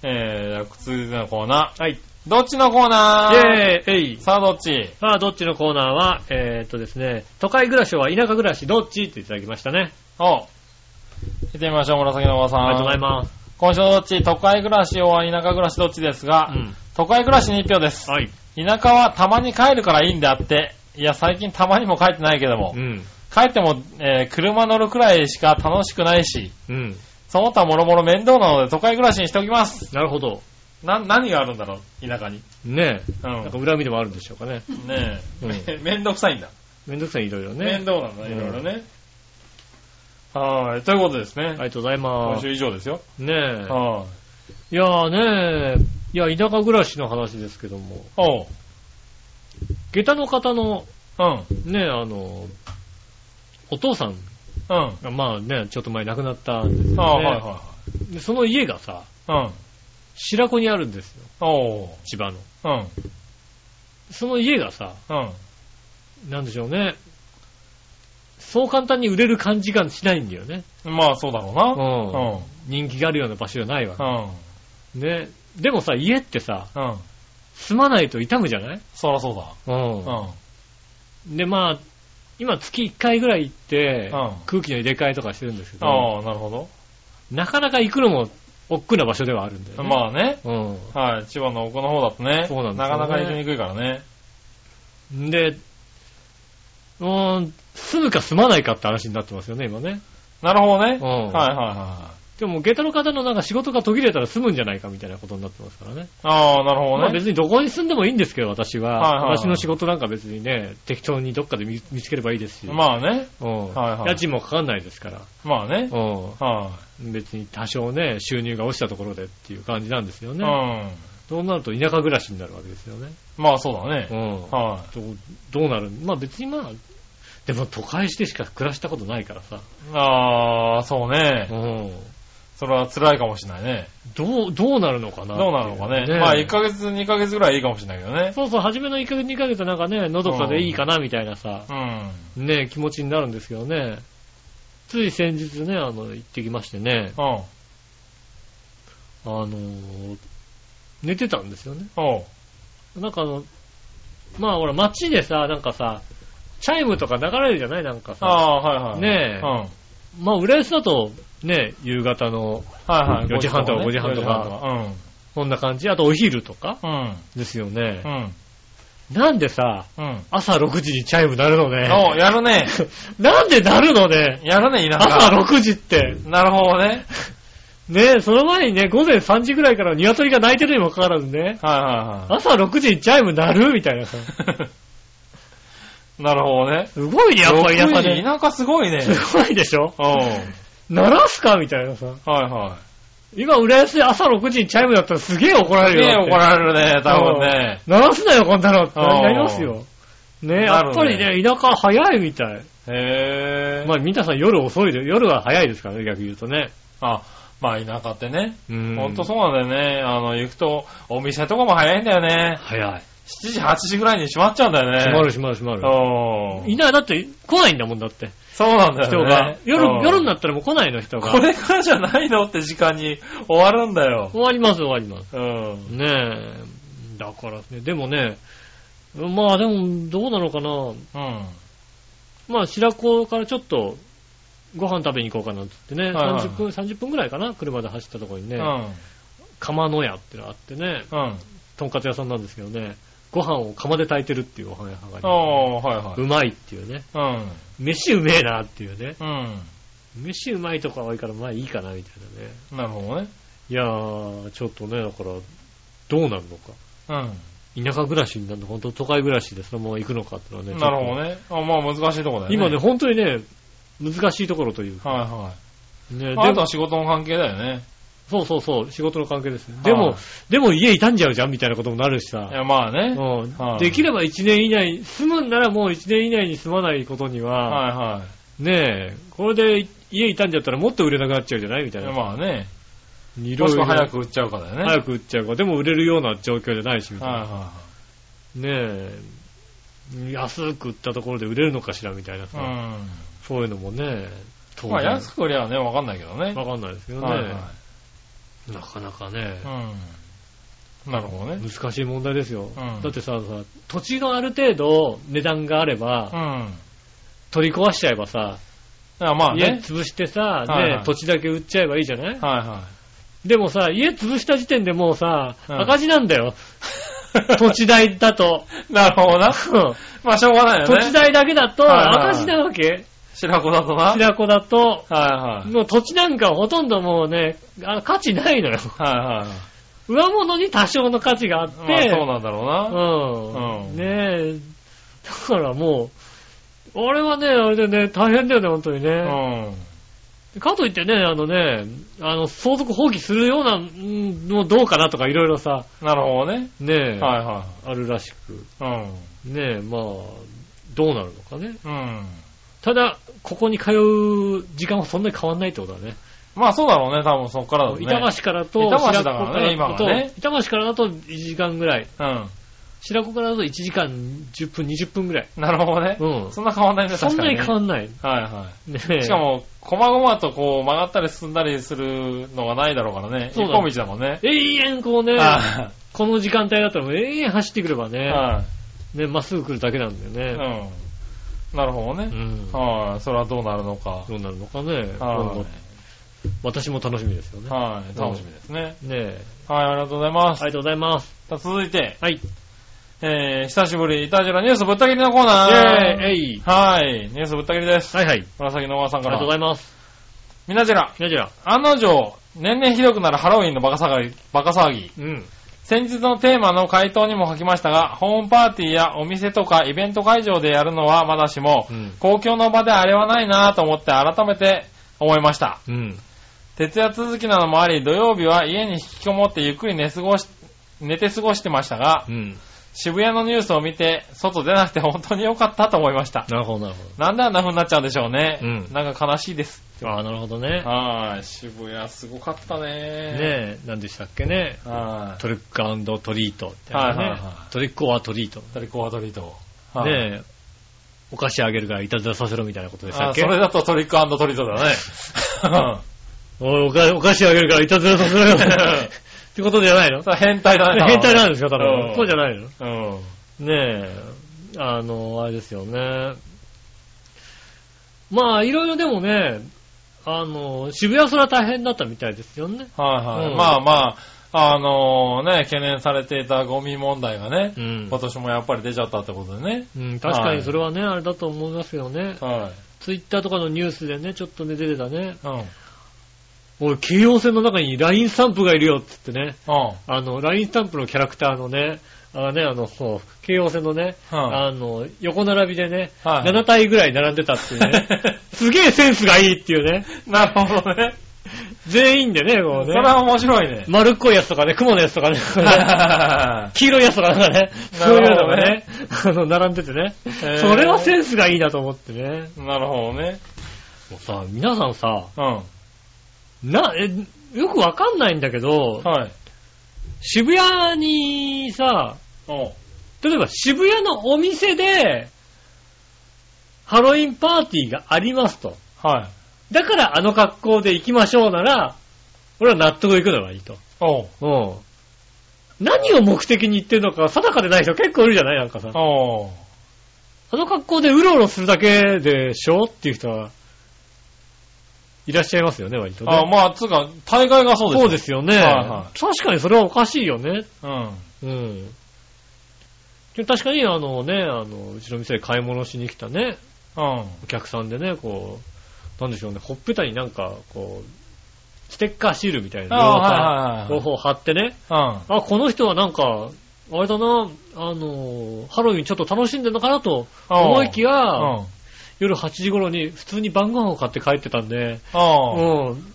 Speaker 2: えー、続いてのコーナー。
Speaker 3: はい。
Speaker 2: どっちのコーナー
Speaker 3: イェーイえい
Speaker 2: さあ、どっち
Speaker 3: さあ、どっちのコーナーは、えー、っとですね、都会暮らしは田舎暮らしどっちっていただきましたね。
Speaker 2: お行ってみましょう、紫のおばさん。
Speaker 3: ありがとうございます。
Speaker 2: 今週のどっち都会暮らしは田舎暮らしどっちですが、
Speaker 3: うん
Speaker 2: 都会暮らしに一票です。
Speaker 3: はい。
Speaker 2: 田舎はたまに帰るからいいんだって。いや、最近たまにも帰ってないけども
Speaker 3: う。ん。
Speaker 2: 帰っても、えー車乗るくらいしか楽しくないし、
Speaker 3: うん。
Speaker 2: その他もろもろ面倒なので都会暮らしにしておきます。
Speaker 3: なるほど。
Speaker 2: な、何があるんだろう田舎に。
Speaker 3: ね
Speaker 2: う
Speaker 3: え。なんか
Speaker 2: ん。
Speaker 3: 恨みでもあるんでしょうかね。
Speaker 2: ねえ。
Speaker 3: う
Speaker 2: めんど くさいんだ。
Speaker 3: めんどくさい、いろいろね。
Speaker 2: 面倒なんだ、いろいろね。はい。ということですね。
Speaker 3: ありがとうございま
Speaker 2: 今
Speaker 3: す
Speaker 2: 週。以上ですよ。
Speaker 3: ねえ。
Speaker 2: はい。
Speaker 3: いやーねいや、田舎暮らしの話ですけども、
Speaker 2: おう。
Speaker 3: 下駄の方の、
Speaker 2: うん。
Speaker 3: ね、あの、お父さん
Speaker 2: うん。
Speaker 3: が、まあね、ちょっと前亡くなったんですよ、ね。
Speaker 2: ああ、はいは
Speaker 3: でその家がさ、
Speaker 2: いはい。うん。
Speaker 3: 白子にあるんですよ、
Speaker 2: おう。
Speaker 3: 千葉
Speaker 2: う
Speaker 3: の。
Speaker 2: ん。
Speaker 3: その家がさ、
Speaker 2: うん。
Speaker 3: なんでしょうね、そう簡単に売れる感じがしないんだよね。
Speaker 2: まあ、そうだろうな。
Speaker 3: うん
Speaker 2: うん。
Speaker 3: 人気があるような場所じゃないわ
Speaker 2: うん。
Speaker 3: け。ね。でもさ、家ってさ、
Speaker 2: うん。
Speaker 3: 住まないと傷むじゃない
Speaker 2: そらそうだ。うん。
Speaker 3: で、まあ、今月1回ぐらい行って、
Speaker 2: うん
Speaker 3: 空気の入れ替えとかしてるんですけど、
Speaker 2: ああ、なるほ
Speaker 3: なかなか行くのも億劫な場所ではあるんだよ
Speaker 2: ど。
Speaker 3: ね。
Speaker 2: まあね。
Speaker 3: うん。
Speaker 2: はい。千葉の奥の方だとね。
Speaker 3: そうなんですよね
Speaker 2: なかなか行きにくいからね。
Speaker 3: で、うーん、住むか住まないかって話になってますよね、今ね。
Speaker 2: なるほどね。
Speaker 3: うん
Speaker 2: はいはいは
Speaker 3: でも、下駄の方のなんか仕事が途切れたら住むんじゃないかみたいなことになってますからね。
Speaker 2: い。ああ、なるほ
Speaker 3: ま
Speaker 2: ど
Speaker 3: あ
Speaker 2: ね。
Speaker 3: 別にどこに住んでもいいんですけど、私
Speaker 2: は
Speaker 3: は。
Speaker 2: いはいはい
Speaker 3: 私の仕事なんか別にね、適当にどっかで見見つければいいですし。
Speaker 2: まあね。
Speaker 3: うん
Speaker 2: はいはい
Speaker 3: 家賃もかかんないですから。
Speaker 2: まあね。
Speaker 3: うん。
Speaker 2: は
Speaker 3: 別に多少ね、収入が落ちたところでっていう感じなんですよ
Speaker 2: い。
Speaker 3: ね。
Speaker 2: うん。
Speaker 3: そうなると田舎暮らしになるわけですよね。
Speaker 2: まあそうだね
Speaker 3: う。ん。
Speaker 2: は
Speaker 3: どうどうなるまあ別にまあ、でも都会してしか暮らしたことないからさ。
Speaker 2: い。ああ、そう
Speaker 3: う
Speaker 2: ね。
Speaker 3: ん。
Speaker 2: それは辛いかもしれないね。
Speaker 3: どう、どうなるのかな
Speaker 2: ど
Speaker 3: っ
Speaker 2: う
Speaker 3: て
Speaker 2: なの
Speaker 3: い
Speaker 2: かね。まあ1ヶ月、2ヶ月ぐらいいいかもしれないけどね。
Speaker 3: そうそう、初めの1ヶ月、2ヶ月はなんかね、のどかでいいかなみたいなさ、
Speaker 2: うん。
Speaker 3: ね、気持ちになるんですけどね。つい先日ね、あの、行ってきましてね、
Speaker 2: うん。
Speaker 3: あのー寝てたんですよね。
Speaker 2: おう。
Speaker 3: なんかあの、まあほら街でさ、なんかさ、チャイムとか流れるじゃないなんか
Speaker 2: あ
Speaker 3: さ。
Speaker 2: あ、はいはい。
Speaker 3: ね
Speaker 2: うん。
Speaker 3: え
Speaker 2: はい
Speaker 3: まあ浦安だと、ね、夕方の、
Speaker 2: はい。
Speaker 3: 4時半とか
Speaker 2: ね
Speaker 3: 5時半とか
Speaker 2: 4時半
Speaker 3: こんな感じ。あとお昼とか
Speaker 2: とか。うん。
Speaker 3: ですよね
Speaker 2: う。ん。
Speaker 3: なんでさ、
Speaker 2: うん。うん。
Speaker 3: 朝6時にチャイム鳴るのね。
Speaker 2: おうやるね。
Speaker 3: なんで鳴るのね。
Speaker 2: やるね、田
Speaker 3: 朝
Speaker 2: 舎。
Speaker 3: 6時って。
Speaker 2: なるほどね。
Speaker 3: ね、その前にね、午前3時ぐらいから鶏が鳴いてるにもかかわらずね、
Speaker 2: はいはいは
Speaker 3: 朝6時にチャイム鳴るみたいなさ。
Speaker 2: い。なるほどね。
Speaker 3: すごいね、やっぱ田舎
Speaker 2: 6時
Speaker 3: で。
Speaker 2: 田舎すごいね。
Speaker 3: すごいでしょ
Speaker 2: おう
Speaker 3: 鳴らすかみたいなさ。
Speaker 2: はいはい。
Speaker 3: 今、浦安で朝6時にチャイムだったらすげえ怒られ
Speaker 2: す
Speaker 3: る
Speaker 2: げえ
Speaker 3: よ。
Speaker 2: 怒られるね、多分ね。
Speaker 3: 鳴らすなよ、こんなのって
Speaker 2: うん
Speaker 3: なりますよ。ねや
Speaker 2: なるね
Speaker 3: っぱりね、田舎は早いみたい。
Speaker 2: へえ。
Speaker 3: まあ、皆さん夜遅いで、夜は早いですからね、逆に言うとね。
Speaker 2: あ、まあ田舎ってね。
Speaker 3: うん
Speaker 2: ほんとそうなんだよね。あの、行くと、お店とかも早いんだよね。
Speaker 3: 早い。
Speaker 2: 7時、8時ぐらいに閉まっちゃうんだよね。
Speaker 3: 閉まる閉まる閉まる。
Speaker 2: うん
Speaker 3: いない、だって来ないんだもんだって、
Speaker 2: そうなんだ
Speaker 3: 人
Speaker 2: よ
Speaker 3: が
Speaker 2: ね。。
Speaker 3: 夜
Speaker 2: うん、
Speaker 3: 夜になったらもう来ないの、人が
Speaker 2: こ。れからじゃないのって時間に終わるんだよ。
Speaker 3: 終わります終わります。
Speaker 2: うん。
Speaker 3: ねえ。だからね、でもね、まあでも、どうなのかな。
Speaker 2: うん。
Speaker 3: まあ、白子からちょっと、ご飯食べに行こうかなって言ってね、
Speaker 2: はいはい
Speaker 3: 30分、30分ぐらいかな、車で走ったところに
Speaker 2: う
Speaker 3: ね、
Speaker 2: ん。
Speaker 3: 釜の屋ってのがあってね、
Speaker 2: うん。
Speaker 3: とんかつ屋さんなんですけどね、ご飯を釜で炊いてるっていうお飯屋さんがありま
Speaker 2: おー、はいは
Speaker 3: すうまいっていうね、
Speaker 2: い。
Speaker 3: 飯うめえなっていうね、
Speaker 2: うん。
Speaker 3: 飯うまいとか多いから、まあいいかなみたいなね。
Speaker 2: うん。なるほどね。
Speaker 3: いやー、ちょっとね、だから、どうなるのか。
Speaker 2: う
Speaker 3: 田舎暮らしになるのか、本当都会暮らしでそのまま行くのかってのはね。
Speaker 2: ん。なるほ
Speaker 3: ね。
Speaker 2: どね。あ、まあ難しいとこだよね。
Speaker 3: 今ね、。本当にね、難しいところというか。
Speaker 2: はいは
Speaker 3: ね、で
Speaker 2: い。あとは仕事の関係だよね。
Speaker 3: そうそうそう、仕事の関係ですね。
Speaker 2: い
Speaker 3: でも、でも家傷んじゃうじゃんみたいなこともなるし
Speaker 2: い
Speaker 3: さ。
Speaker 2: や、まあ
Speaker 3: う
Speaker 2: ね。
Speaker 3: ん
Speaker 2: はい
Speaker 3: できれば1年以内、住むんならもう1年以内に住まないことには、
Speaker 2: はいは
Speaker 3: ねえ、これで家傷んじゃったらもっと売れなくなっちゃうじゃないみ
Speaker 2: い。
Speaker 3: た
Speaker 2: い
Speaker 3: い
Speaker 2: や
Speaker 3: な。
Speaker 2: まあね。
Speaker 3: い
Speaker 2: も
Speaker 3: ろい
Speaker 2: しく
Speaker 3: ろ
Speaker 2: は早く売っちゃうかだよね。
Speaker 3: 早く売っちゃうから、でも売れるような状況じゃないし、みたい
Speaker 2: はい
Speaker 3: な
Speaker 2: は
Speaker 3: ねえ、安く売ったところで売れるのかしらみたいなさ、
Speaker 2: いはい。うん。
Speaker 3: そういうのもね、当
Speaker 2: まあ
Speaker 3: 然
Speaker 2: 安く売りゃね、わかんないけどね。
Speaker 3: わかんないですけどね、
Speaker 2: はいは
Speaker 3: なかなか
Speaker 2: い。
Speaker 3: ね、
Speaker 2: うん。なるほどね。
Speaker 3: 難しい問題ですよ、
Speaker 2: うん
Speaker 3: だってささ、土地がある程度値段があれば、
Speaker 2: うん。
Speaker 3: 取り壊しちゃえばさ、
Speaker 2: あまあ
Speaker 3: 家
Speaker 2: ね。
Speaker 3: 潰してさ、
Speaker 2: はい
Speaker 3: ね
Speaker 2: はい
Speaker 3: 土地だけ売っちゃえばいいじゃない
Speaker 2: はいは
Speaker 3: でもさ、家潰した時点でもうさ、
Speaker 2: うん
Speaker 3: 赤字なんだよ。 土地代だと。
Speaker 2: い。なるほどな。
Speaker 3: うん
Speaker 2: まあしょうがないよね。
Speaker 3: 土地代だけだと
Speaker 2: はいはい
Speaker 3: 赤字なわけ。
Speaker 2: 白子だとな。はい
Speaker 3: 白子だと、
Speaker 2: はい。
Speaker 3: もう土地なんかほとんどもうね、あ価値ないのよ。
Speaker 2: はいはい。
Speaker 3: 上物に多少の価値があって、
Speaker 2: まあそうなんだろうな。う
Speaker 3: うん。
Speaker 2: ん
Speaker 3: ねえ。だからもう、あれはね、あれでね、大変だよね、本当にね。
Speaker 2: うん。
Speaker 3: かといってね、あのね、あの、相続放棄するような、うんのどうかなとかいろいろさ、
Speaker 2: なるほどね。
Speaker 3: ねえ、
Speaker 2: はいは
Speaker 3: あるらしく。
Speaker 2: い。うん。
Speaker 3: ねえ、まあ、どうなるのかね。
Speaker 2: うん。
Speaker 3: ただ、ここに通う時間はそんなに変わんないってことだね。
Speaker 2: まあそうだろうね、多分そっからだとね。
Speaker 3: 板橋からと、
Speaker 2: 板橋だからね
Speaker 3: 白子
Speaker 2: 今は
Speaker 3: だ
Speaker 2: ね
Speaker 3: と、板橋からだと1時間ぐらい。
Speaker 2: うん。
Speaker 3: 白子からだと1時間10分、20分ぐらい。
Speaker 2: なるほどね。
Speaker 3: うん。
Speaker 2: そんな変わんないね、
Speaker 3: そ
Speaker 2: 確
Speaker 3: ん
Speaker 2: か
Speaker 3: な
Speaker 2: に、
Speaker 3: に
Speaker 2: ね。
Speaker 3: 変わんない。
Speaker 2: はいは
Speaker 3: ね
Speaker 2: い。
Speaker 3: え。
Speaker 2: しかも、細々とこう曲がったり進んだりするのがないだろうからね。
Speaker 3: そう
Speaker 2: 一
Speaker 3: だ
Speaker 2: 本道だもんね。
Speaker 3: 永遠こうね、
Speaker 2: は
Speaker 3: この時間帯だったらもう永遠走ってくれば
Speaker 2: い。
Speaker 3: ね、
Speaker 2: は
Speaker 3: ね、まっすぐ来るだけなんだ
Speaker 2: い。う
Speaker 3: よね。
Speaker 2: ん。なるほど
Speaker 3: う
Speaker 2: ね。
Speaker 3: ん。
Speaker 2: はい。それはどうなるのか。
Speaker 3: どうなるのかね。今
Speaker 2: は
Speaker 3: 後私も楽しみですよ
Speaker 2: い。
Speaker 3: ね。ね
Speaker 2: はい。楽しみですね。
Speaker 3: え。
Speaker 2: はい、ありがとうございます
Speaker 3: あ。りがとうございます。
Speaker 2: さあ続いて、
Speaker 3: はい。
Speaker 2: えー、久しぶり、イタジラニュースぶった切りのコーナ
Speaker 3: イ
Speaker 2: ー。
Speaker 3: ェーイえい
Speaker 2: はい。ニュースぶった切りです。
Speaker 3: はいはい。
Speaker 2: 紫のおばさ
Speaker 3: あ
Speaker 2: ん
Speaker 3: り
Speaker 2: か
Speaker 3: がとうご
Speaker 2: ら。
Speaker 3: ざいます。
Speaker 2: みなじら、
Speaker 3: じゃあじゃあ。
Speaker 2: 案の定、年々ひどくなるハロウィンのバカ騒ぎ、バカ騒ぎ。
Speaker 3: うん。
Speaker 2: 先日のテーマの回答にも書きましたが、ホームパーティーやお店とかイベント会場でやるのはまだしも、
Speaker 3: うん
Speaker 2: 公共の場であれはないなぁと思って改めて思いました。
Speaker 3: うん。
Speaker 2: 徹夜続きなのもあり、土曜日は家に引きこもってゆっくり寝過ごし、寝て過ごしてましたが、
Speaker 3: うん。
Speaker 2: 渋谷のニュースを見て、外出なくて本当に良かったと思いました。
Speaker 3: なるほど、なるほ
Speaker 2: なんであんな風になっちゃうんでしょうね。
Speaker 3: うん
Speaker 2: なんか悲しいです。
Speaker 3: ど。ああ、なるほどね。
Speaker 2: はい、渋谷すごかったね。ね
Speaker 3: ねえ、何でしたっけね。
Speaker 2: はい。
Speaker 3: トリックトリートってね、
Speaker 2: はいはいはい
Speaker 3: トリックオアトリート。
Speaker 2: トリコアトリート。はい
Speaker 3: ねえ、お菓子あげるからいたずらさせろみたいなことでした
Speaker 2: あ
Speaker 3: っけ
Speaker 2: それだとトリックトリートだね。
Speaker 3: おいお菓お菓子あげるからいたずらさせろよ。 ってことじゃないの
Speaker 2: それ変態だね。
Speaker 3: 変態なんですすよ、多
Speaker 2: う
Speaker 3: 分。
Speaker 2: ん
Speaker 3: そうじゃないの
Speaker 2: うん。
Speaker 3: ねえ、あの、あれですよね。まあ、いろいろでもね、あの、渋谷はそれは大変だったみたいですよね。
Speaker 2: はいはい。
Speaker 3: うん
Speaker 2: まあまあ、あのね、懸念されていたゴミ問題がね、
Speaker 3: うん
Speaker 2: 今年もやっぱり出ちゃったってことでね。
Speaker 3: うん、確かにそれはね、あれだと思いますよね。
Speaker 2: は
Speaker 3: ツイッターとかのニュースでね、ちょっとね、出てたね。
Speaker 2: い。うん。うん。
Speaker 3: おい、京王線の中に LINE スタンプがいるよって言ってね。
Speaker 2: は
Speaker 3: あの、ラインスタンプのキャラクターのね、あのね、あの、こう京王線のね、
Speaker 2: は
Speaker 3: あの、横並びでね、
Speaker 2: はい
Speaker 3: 7体ぐらい並んでたってい うね、すげえセンスがいいっていうね、
Speaker 2: い。なるほどね。
Speaker 3: 全員でね、こう
Speaker 2: そ
Speaker 3: ね
Speaker 2: れ、は面白 いね。
Speaker 3: 丸っこいやつとかね、雲のやつと かね、
Speaker 2: は
Speaker 3: 黄色いやつとかなんかね、そういうのがね、あの、並んでてね、
Speaker 2: ー
Speaker 3: それはセンスがいいなと思ってね。
Speaker 2: いなるほどね。
Speaker 3: もうさ、皆さんさ、
Speaker 2: うん。
Speaker 3: な、え、よくわかんないんだけど、
Speaker 2: はい。
Speaker 3: 渋谷にさ、
Speaker 2: おう
Speaker 3: 例えば渋谷のお店で、ハロウィンパーティーがありますと。
Speaker 2: はい。
Speaker 3: だからあの格好で行きましょうなら、俺は納得いくのがいいと。
Speaker 2: おう。
Speaker 3: うん。何を目的に言ってるのか定かでない人結構いるじゃないなんかさ。
Speaker 2: おう。
Speaker 3: あの格好でうろうろするだけでしょっていう人は、いらっしゃいますよね、割とね。
Speaker 2: あまあ、つうか、大概がそうです
Speaker 3: そ
Speaker 2: よ
Speaker 3: うですよね、
Speaker 2: はいは
Speaker 3: 確かにそれはおかしいよね。
Speaker 2: うん。
Speaker 3: うん。で確かに、あのね、あの、うちの店で買い物しに来たね、
Speaker 2: うん。
Speaker 3: お客さんでね、こう、なんでしょうね、ほっぺたになんか、こう、ステッカーシールみたいなのを
Speaker 2: あーはいはいはい
Speaker 3: 両方貼ってね、
Speaker 2: うん。
Speaker 3: あ、この人はなんか、あれだな、あの、ハロウィンちょっと楽しんでるのかなと思いきや、
Speaker 2: うん。
Speaker 3: 夜8時頃に普通に晩ご飯を買って帰ってたんで、
Speaker 2: あ
Speaker 3: うん。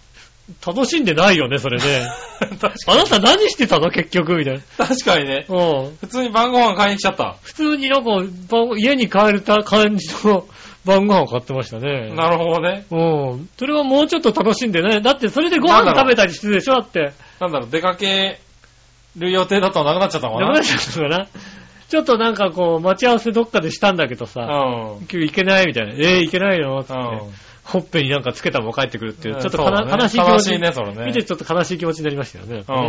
Speaker 3: 楽しんでないよね、それね。
Speaker 2: あ。確か
Speaker 3: あなた何してたの結局みたいな。
Speaker 2: 確かにね。
Speaker 3: うん。
Speaker 2: 普通に晩ご飯買いに来ちゃった。
Speaker 3: 普通になんか、晩家に帰れた感じの晩ご飯を買ってましたね。
Speaker 2: なるほどね。
Speaker 3: うん。それはもうちょっと楽しんでね。だってそれでご飯食べたりしてるでしょだって。
Speaker 2: なんだろう、出かける予定だったらなくなっちゃった
Speaker 3: な
Speaker 2: も
Speaker 3: く
Speaker 2: ん
Speaker 3: なっ
Speaker 2: な。
Speaker 3: ちゃったのかな。ちょっとなんかこう、待ち合わせどっかでしたんだけどさ、
Speaker 2: うん。うん。
Speaker 3: 今日行けないみたいな。えー、行けないよつって、
Speaker 2: う
Speaker 3: ほっぺになんかつけたまま帰ってくるっていう、
Speaker 2: ん。
Speaker 3: ちょっと
Speaker 2: そう
Speaker 3: かな、
Speaker 2: だね
Speaker 3: 悲しい気持
Speaker 2: 悲
Speaker 3: ち
Speaker 2: しいね、それね。
Speaker 3: 見てちょっと悲しい気持ちになりましたよね。やっ
Speaker 2: う
Speaker 3: ぱ
Speaker 2: ん。
Speaker 3: ね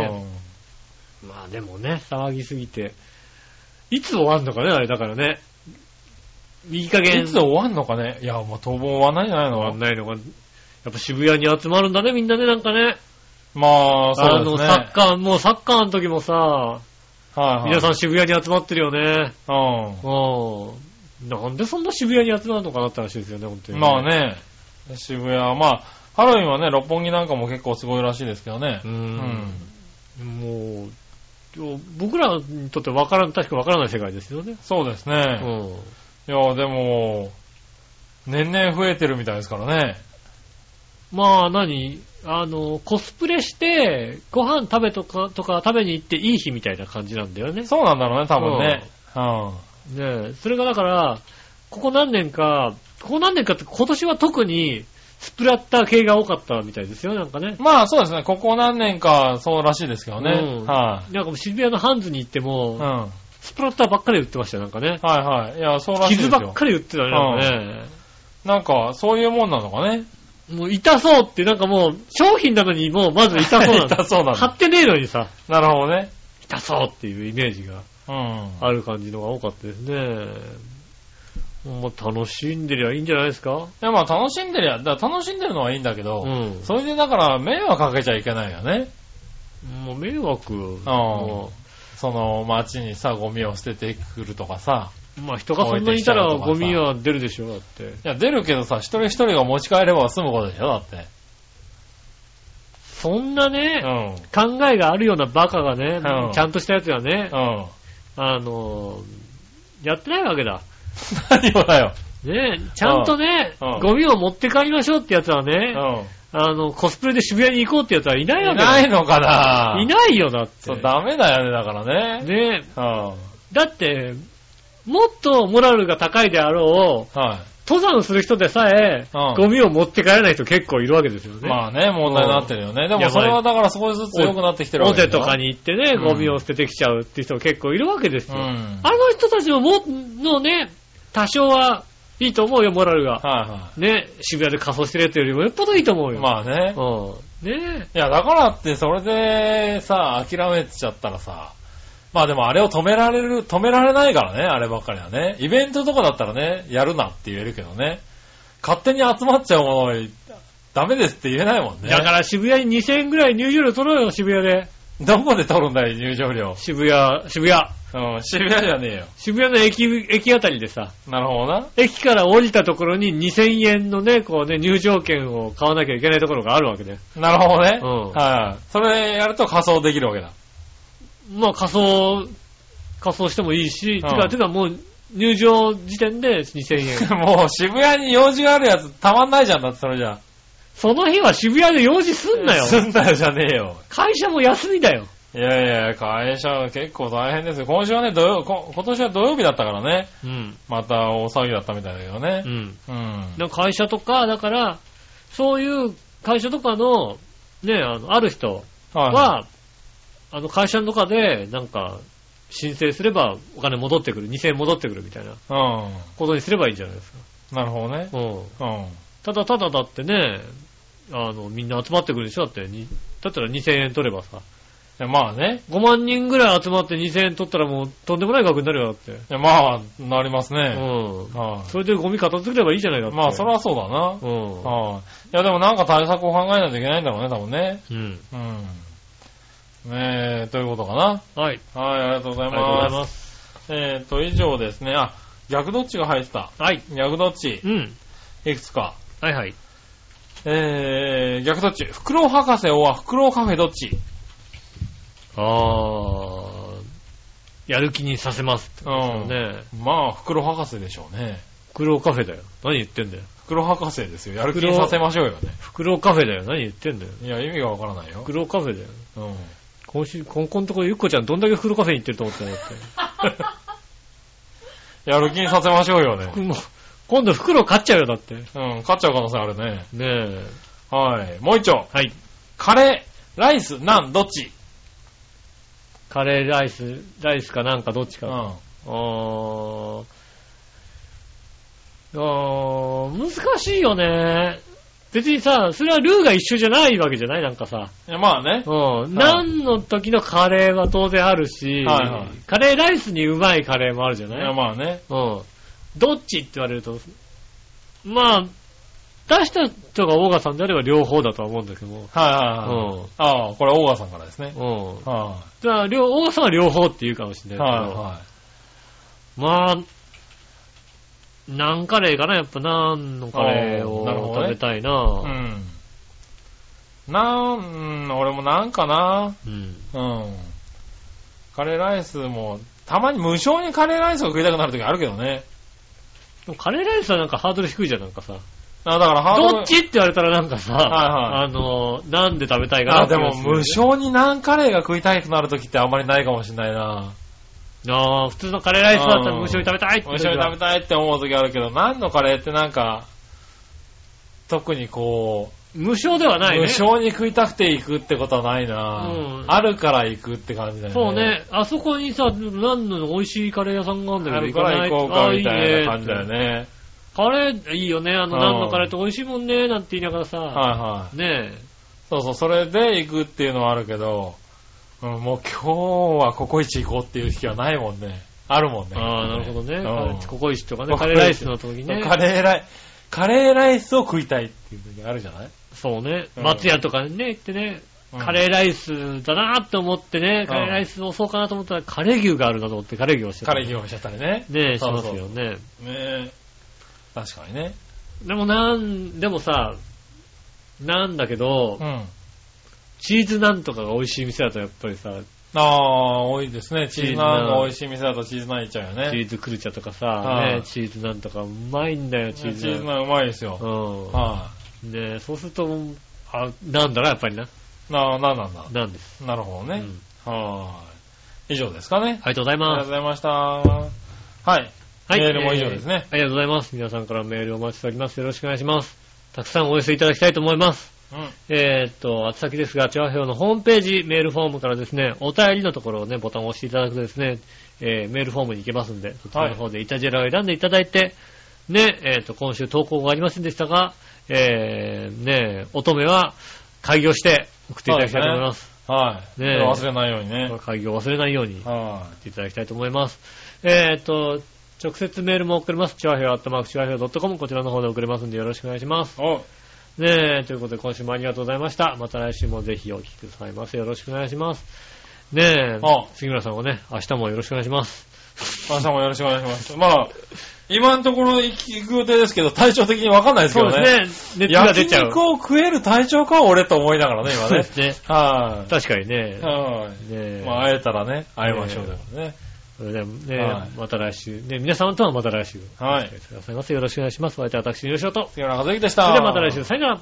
Speaker 3: まあでもね、騒ぎすぎて。いつ終わんのかね、あれだからね。いい加減。
Speaker 2: いつ終わんのかねいや、もう当分終わんないんじゃない
Speaker 3: 終わん
Speaker 2: の
Speaker 3: ないのか。やっぱ渋谷に集まるんだね、みんなね、なんかね。
Speaker 2: まあ、
Speaker 3: あ
Speaker 2: そう
Speaker 3: の、
Speaker 2: ですね。
Speaker 3: サッカー、もうサッカーの時もさ、
Speaker 2: はいはい。
Speaker 3: 皆さん渋谷に集まってるよね。
Speaker 2: う
Speaker 3: うん。なんでそんな渋谷に集まるのかなって話ですよね、本当に、
Speaker 2: ん。まあ。ね、渋谷、まあ、ハロウィンはね、六本木なんかも結構すごいらしいですけどね
Speaker 3: う。。
Speaker 2: うん
Speaker 3: もう、僕らにとってわからん、確かわからない世界ですよね。
Speaker 2: そうです
Speaker 3: う
Speaker 2: ね。
Speaker 3: ん。
Speaker 2: いや、でも、年々増えてるみたいですからね。
Speaker 3: まあ何あの、コスプレして、ご飯食べとか、とか食べに行っていい日みたいな感じなんだよね。ね
Speaker 2: そうなんだろうね、多分ね。うん。
Speaker 3: えそれがだから、ここ何年か、ここ何年かって今年は特に、スプラッター系が多かったみたいですよ、なんかね。
Speaker 2: まあそうですね、ここ何年かそうらしいですけどね。
Speaker 3: うん
Speaker 2: はい、
Speaker 3: なんか渋谷のハンズに行って
Speaker 2: う
Speaker 3: も、
Speaker 2: ん。はい
Speaker 3: スプラッターばっかり売ってましたよ、なんかね。
Speaker 2: はい。いや、そうらしいで
Speaker 3: 傷
Speaker 2: す
Speaker 3: ばっ
Speaker 2: よ。
Speaker 3: かり売ってたね、なんかね。
Speaker 2: なんか、そういうもんなのかね。
Speaker 3: もう痛そうって、なんかもう、商品なのにもうまず痛そうなんだ。
Speaker 2: 痛そうなんだ
Speaker 3: 貼ってねえのにさ、
Speaker 2: なるほどね。
Speaker 3: 痛そうっていうイメージが。
Speaker 2: うん。
Speaker 3: ある感じのが多かったですね。もう楽しんでりゃいいんじゃないですか
Speaker 2: いや、まあ楽しんでりゃ、だから楽しんでるのはいいんだけど、
Speaker 3: ん
Speaker 2: それでだから迷惑かけちゃいけないよね。
Speaker 3: もう迷惑。
Speaker 2: あその街にさ、ゴミを捨ててくるとかさ。
Speaker 3: まあ人がそんなにいたらゴミは出るでしょ、だって。
Speaker 2: いや、出るけどさ、一人一人が持ち帰れば済むことでしょ、だって。
Speaker 3: そんな
Speaker 2: う
Speaker 3: ね、
Speaker 2: ん。
Speaker 3: 考えがあるようなバカがね、
Speaker 2: うん
Speaker 3: ちゃんとしたやつがね、
Speaker 2: うん。
Speaker 3: あの、やってないわけだ。
Speaker 2: 何をだよ。
Speaker 3: ねちゃんとね
Speaker 2: うんうん、
Speaker 3: ゴミを持って帰りましょうってやつは
Speaker 2: う
Speaker 3: ね、
Speaker 2: ん。
Speaker 3: あの、コスプレで渋谷に行こうってやつはいないわ
Speaker 2: い
Speaker 3: けだ。
Speaker 2: ないのかない
Speaker 3: ないよ、だって。
Speaker 2: そう、ダメだよね、だからね。
Speaker 3: ね
Speaker 2: うん。
Speaker 3: だって、もっとモラルが高いであろう、
Speaker 2: はい。
Speaker 3: 登山する人でさえ、
Speaker 2: うん
Speaker 3: ゴミを持って帰らない人結構いるわけですよね。
Speaker 2: まあね、問題になってるよね。で
Speaker 3: いや
Speaker 2: もそれはだから少しずつ良くなってきてるわ
Speaker 3: 大
Speaker 2: け
Speaker 3: 手
Speaker 2: でしょ
Speaker 3: とか。に行ってね、
Speaker 2: うん
Speaker 3: ゴミを捨ててきちゃうっていう人結構いるわけです
Speaker 2: う
Speaker 3: よ。
Speaker 2: ん。
Speaker 3: あの
Speaker 2: はい
Speaker 3: 人たちもも、のね、多少はいいと思うよ、モラルが。
Speaker 2: は
Speaker 3: ね、渋谷で仮装してるやつよりもよっぽどいいと思う
Speaker 2: い。
Speaker 3: よ。
Speaker 2: まあね。
Speaker 3: うん。ね
Speaker 2: いや、だからってそれでさ、諦めちゃったらさ、まあでもあれを止められる、止められないからね、あればっかりはね。イベントとかだったらね、やるなって言えるけどね。勝手に集まっちゃうもの、ダメですって言えないもんね。
Speaker 3: だから渋谷に2000円ぐらい入場料取ろうよ、渋谷で。
Speaker 2: どこで取るんだい、入場料。
Speaker 3: 渋谷、渋谷。
Speaker 2: うん、渋谷じゃねえよ。
Speaker 3: 渋谷の駅、駅あたりでさ。
Speaker 2: なるほどな。
Speaker 3: 駅から降りたところに2000円のね、こうね、入場券を買わなきゃいけないところがあるわけで。
Speaker 2: なるほどね。
Speaker 3: うん
Speaker 2: はい。それやると仮装できるわけだ。
Speaker 3: まあ仮装、仮装してもいいし、
Speaker 2: うん
Speaker 3: てか、てかもう入場時点で2000 円。
Speaker 2: もう渋谷に用事があるやつたまんないじゃんだってそれじゃ。
Speaker 3: その日は渋谷で用事すんなよ。
Speaker 2: すんだよじゃねえよ。
Speaker 3: 会社も休みだよ。
Speaker 2: いやいや、会社は結構大変ですよ。今週はね、土曜、こ今年は土曜日だったからね。
Speaker 3: うん。
Speaker 2: また大騒ぎだったみたいだけど
Speaker 3: う
Speaker 2: ね。
Speaker 3: ん。
Speaker 2: うん。
Speaker 3: だから会社とか、だから、そういう会社とかの、ね、あの、ある人
Speaker 2: はい。
Speaker 3: は、あの、会社の中で、なんか、申請すればお金戻ってくる、2000円戻ってくるみたいな
Speaker 2: う
Speaker 3: ことにすればいいんじゃないですか。
Speaker 2: ん。なるほどね。
Speaker 3: うん。
Speaker 2: うん。
Speaker 3: ただただだってね、あの、みんな集まってくるでしょだって、にだったら2000円取ればさ、
Speaker 2: いやまあね。
Speaker 3: 5万人ぐらい集まって2000円取ったらもうとんでもない額になるよ、だって。
Speaker 2: いやまあ、なりますね。
Speaker 3: う
Speaker 2: は
Speaker 3: ん。それでゴミ片付ければいいじゃないだっ
Speaker 2: い。
Speaker 3: て。
Speaker 2: まあ、それはそうだな。
Speaker 3: うん。
Speaker 2: はい。いや、でもなんか対策を考えないといけないんだろうね、多分ね。
Speaker 3: うん。
Speaker 2: うん。ねえ、ということかな。
Speaker 3: はい。
Speaker 2: はい、ありがとうござ
Speaker 3: あ
Speaker 2: い
Speaker 3: りがとうご
Speaker 2: ま
Speaker 3: ざい
Speaker 2: す。
Speaker 3: ます。
Speaker 2: えっ、と、以上ですね。あ、逆どっちが入ってた。
Speaker 3: はい。
Speaker 2: 逆どっち
Speaker 3: う、ん。
Speaker 2: いくつか。
Speaker 3: はいはい。
Speaker 2: えー、逆どっち、フクロウ博士はフクロウカフェどっち
Speaker 3: あー、やる気にさせます
Speaker 2: う
Speaker 3: ってこと
Speaker 2: ん。
Speaker 3: ね。
Speaker 2: まあ、フクロウ博士でしょうね。
Speaker 3: フクロウカフェだよ。何言ってんだよ。
Speaker 2: フクロウ博士ですよ。やる気にさせましょうよね。
Speaker 3: フクロウカフェだよ。何言ってんだよ。
Speaker 2: いや、意味がわからないよ
Speaker 3: フク。ロウカフェだよ。
Speaker 2: うん。
Speaker 3: 今週、こんこんとこゆっこちゃんどんだけフクロウカフェに行ってると思ってんだって。
Speaker 2: やる気にさせましょうよね。
Speaker 3: もう今度フクロウ買っちゃうよ、だって。ね
Speaker 2: うん、勝っちゃう可能性あるね。
Speaker 3: え。
Speaker 2: はい。もう一丁。
Speaker 3: はい。
Speaker 2: カレー、ライス、ナン、どっち
Speaker 3: カレーライス、ライスかなんかどっち
Speaker 2: う
Speaker 3: か。
Speaker 2: ん。
Speaker 3: あ
Speaker 2: あ
Speaker 3: ーあー難しいよね。別にさ、それはルーが一緒じゃないわけじゃないなんかさ。
Speaker 2: いやまあね。
Speaker 3: うん。何の時のカレーは当然あるし、
Speaker 2: はいはい
Speaker 3: カレーライスにうまいカレーもあるじゃ
Speaker 2: い
Speaker 3: ない
Speaker 2: やまあね。
Speaker 3: うん。どっちって言われると、まあ、出した人がオーガさんであれば両方だとは思うんだけども。
Speaker 2: はいはいはい。
Speaker 3: う
Speaker 2: ああ、これ、オーガさんからですね。
Speaker 3: ん。うん。
Speaker 2: は
Speaker 3: じゃあ、両、オーガさんは両方って言うかもし
Speaker 2: い。
Speaker 3: れ
Speaker 2: は
Speaker 3: ない
Speaker 2: い
Speaker 3: けど。
Speaker 2: は
Speaker 3: まあ、何カレーかなやっぱ何のカレー
Speaker 2: あーなるほ
Speaker 3: を
Speaker 2: どね
Speaker 3: 食べたい
Speaker 2: い。う。
Speaker 3: なん
Speaker 2: なん、うん俺もなんかな。
Speaker 3: うん。
Speaker 2: うん。カレーライスも、たまに無償にカレーライスが食いたくなる時あるけどね。
Speaker 3: でもカレーライスはなんかハードル低いじゃん、なんかさ。
Speaker 2: あだからハードル
Speaker 3: どっちって言われたらなんかさ、
Speaker 2: は
Speaker 3: あの、なんで食べたいかな
Speaker 2: あ、
Speaker 3: って
Speaker 2: で
Speaker 3: 気が
Speaker 2: も
Speaker 3: する
Speaker 2: 無償に何カレーが食いたいとなるときってあんまりないかもしんないな。
Speaker 3: ああ、普通のカレーライスだったら無償に食べたいって
Speaker 2: 無償に食べ
Speaker 3: い。
Speaker 2: たいって思うときあるけど、何のカレーってなんか、特にこ
Speaker 3: 無償では
Speaker 2: う、
Speaker 3: ない
Speaker 2: 無
Speaker 3: ね。
Speaker 2: 償に食いたくて行くってことはないな、
Speaker 3: うん
Speaker 2: あるから行くって感じだよね。
Speaker 3: そう。ね。あそこにさ、何の美味しいカレー屋さんがあるんだ
Speaker 2: あ
Speaker 3: けど
Speaker 2: るか
Speaker 3: 行かな
Speaker 2: ら
Speaker 3: い
Speaker 2: 行こうかみたいな
Speaker 3: あ
Speaker 2: 感じだよ。ね。
Speaker 3: カレー、いいよね。あの、
Speaker 2: うん
Speaker 3: 何のカレーって美味しいもんね、なんて言いながらさ。
Speaker 2: はいはい。
Speaker 3: ねえ。
Speaker 2: そうそう、それで行くっていうのはあるけど、うん、もう今日はココイチ行こうっていう日はないもんね。あるもんね。
Speaker 3: ああ、なるほどね。
Speaker 2: うん
Speaker 3: ココイチとかね、
Speaker 2: ココ
Speaker 3: カ
Speaker 2: イチ
Speaker 3: レーライスの時ね。
Speaker 2: カレーライ、カレーライスを食いたいっていう時あるじゃない
Speaker 3: そうね。
Speaker 2: うん
Speaker 3: 松屋とかにね、行ってね、カレーライスだなーって思ってね、カレーライスをそうかなと思ったら、カレー牛があるなと思ってカレー牛をして
Speaker 2: ー
Speaker 3: た。
Speaker 2: カレー業しちゃったりね。
Speaker 3: ねえ、し
Speaker 2: そう
Speaker 3: ま
Speaker 2: そう
Speaker 3: すよね。
Speaker 2: ねえ。確かにね。
Speaker 3: でもなん、でもさ、なんだけど
Speaker 2: う、ん。
Speaker 3: チーズなんとかが美味しい店だとやっぱりさ、
Speaker 2: ああ、多いですね。チーズナン
Speaker 3: チーズナン
Speaker 2: が美味しい店だとチーズナンいっちゃうよね。
Speaker 3: チーズクルチャとか
Speaker 2: は
Speaker 3: さ、
Speaker 2: い
Speaker 3: ね、チーズなんとかうまいんだよ、チ
Speaker 2: チー
Speaker 3: ー
Speaker 2: ズ
Speaker 3: ズナン。
Speaker 2: ナンうまいですよ。は
Speaker 3: うん。ねえそうすると、あ、なんだな、やっぱりな。
Speaker 2: い。なあ、なんなんだ。
Speaker 3: なんです。
Speaker 2: なるほど
Speaker 3: うんあ
Speaker 2: ね。はーい。以上ですかね。
Speaker 3: りがとうござい
Speaker 2: ありが
Speaker 3: ま
Speaker 2: とう
Speaker 3: す
Speaker 2: ご。ざいました。はい。
Speaker 3: はい。
Speaker 2: メールも以上ですね
Speaker 3: えーありがとうございます。皆さんからメールお待ちしております。よろしくお願いします。たくさんお寄せいただきたいと思います。
Speaker 2: うん。
Speaker 3: えー、っと、宛先ですが、チャワヘオのホームページ、メールフォームからですね、お便りのところをね、ボタンを押していただくとですね、えーメールフォームに行けますんで、そちらの方でイタジェラを選んでいただいて、ね、えーっと、今週投稿がありませんでしたが、えー、ね、乙女は開業して送っていただきたいと思います。
Speaker 2: はい。
Speaker 3: ねえ
Speaker 2: 忘れないようにね。
Speaker 3: 開業を忘れないように。
Speaker 2: は
Speaker 3: っていただきたいと思います。えーっと、直接メールも送れます。チワヘアアットマークチワヘアドットコムこちらの方で送れますんでよろしくお願いします。
Speaker 2: い。お
Speaker 3: ねえ、ということで今週もありがとうございました。また来週もぜひお聞きくださいませ。よろしくお願いします。ねえ
Speaker 2: あ、
Speaker 3: 杉村さんもね、明日もよろしくお願いします。
Speaker 2: 明日もよろしくお願いします。まあ、今のところ行く予定ですけど、体調的にわかんないですけどね。
Speaker 3: ですね。熱が出
Speaker 2: 焼
Speaker 3: ちゃう
Speaker 2: 肉。を食える体調か、俺と思いながらね、今
Speaker 3: そうで
Speaker 2: ね。
Speaker 3: すね。
Speaker 2: は
Speaker 3: 確かにね
Speaker 2: い。。は
Speaker 3: ね
Speaker 2: い。
Speaker 3: え
Speaker 2: まあ、会えたらね、会いましょうでもね。
Speaker 3: それではね、
Speaker 2: はい
Speaker 3: また来週。ね、皆さんとはまた来週。
Speaker 2: はい
Speaker 3: お付き合いくださいませ。よろしくお願いします。お相手は私、吉尾と。
Speaker 2: 杉村和之でし
Speaker 3: そ
Speaker 2: た。
Speaker 3: れではまた来週。さよなら。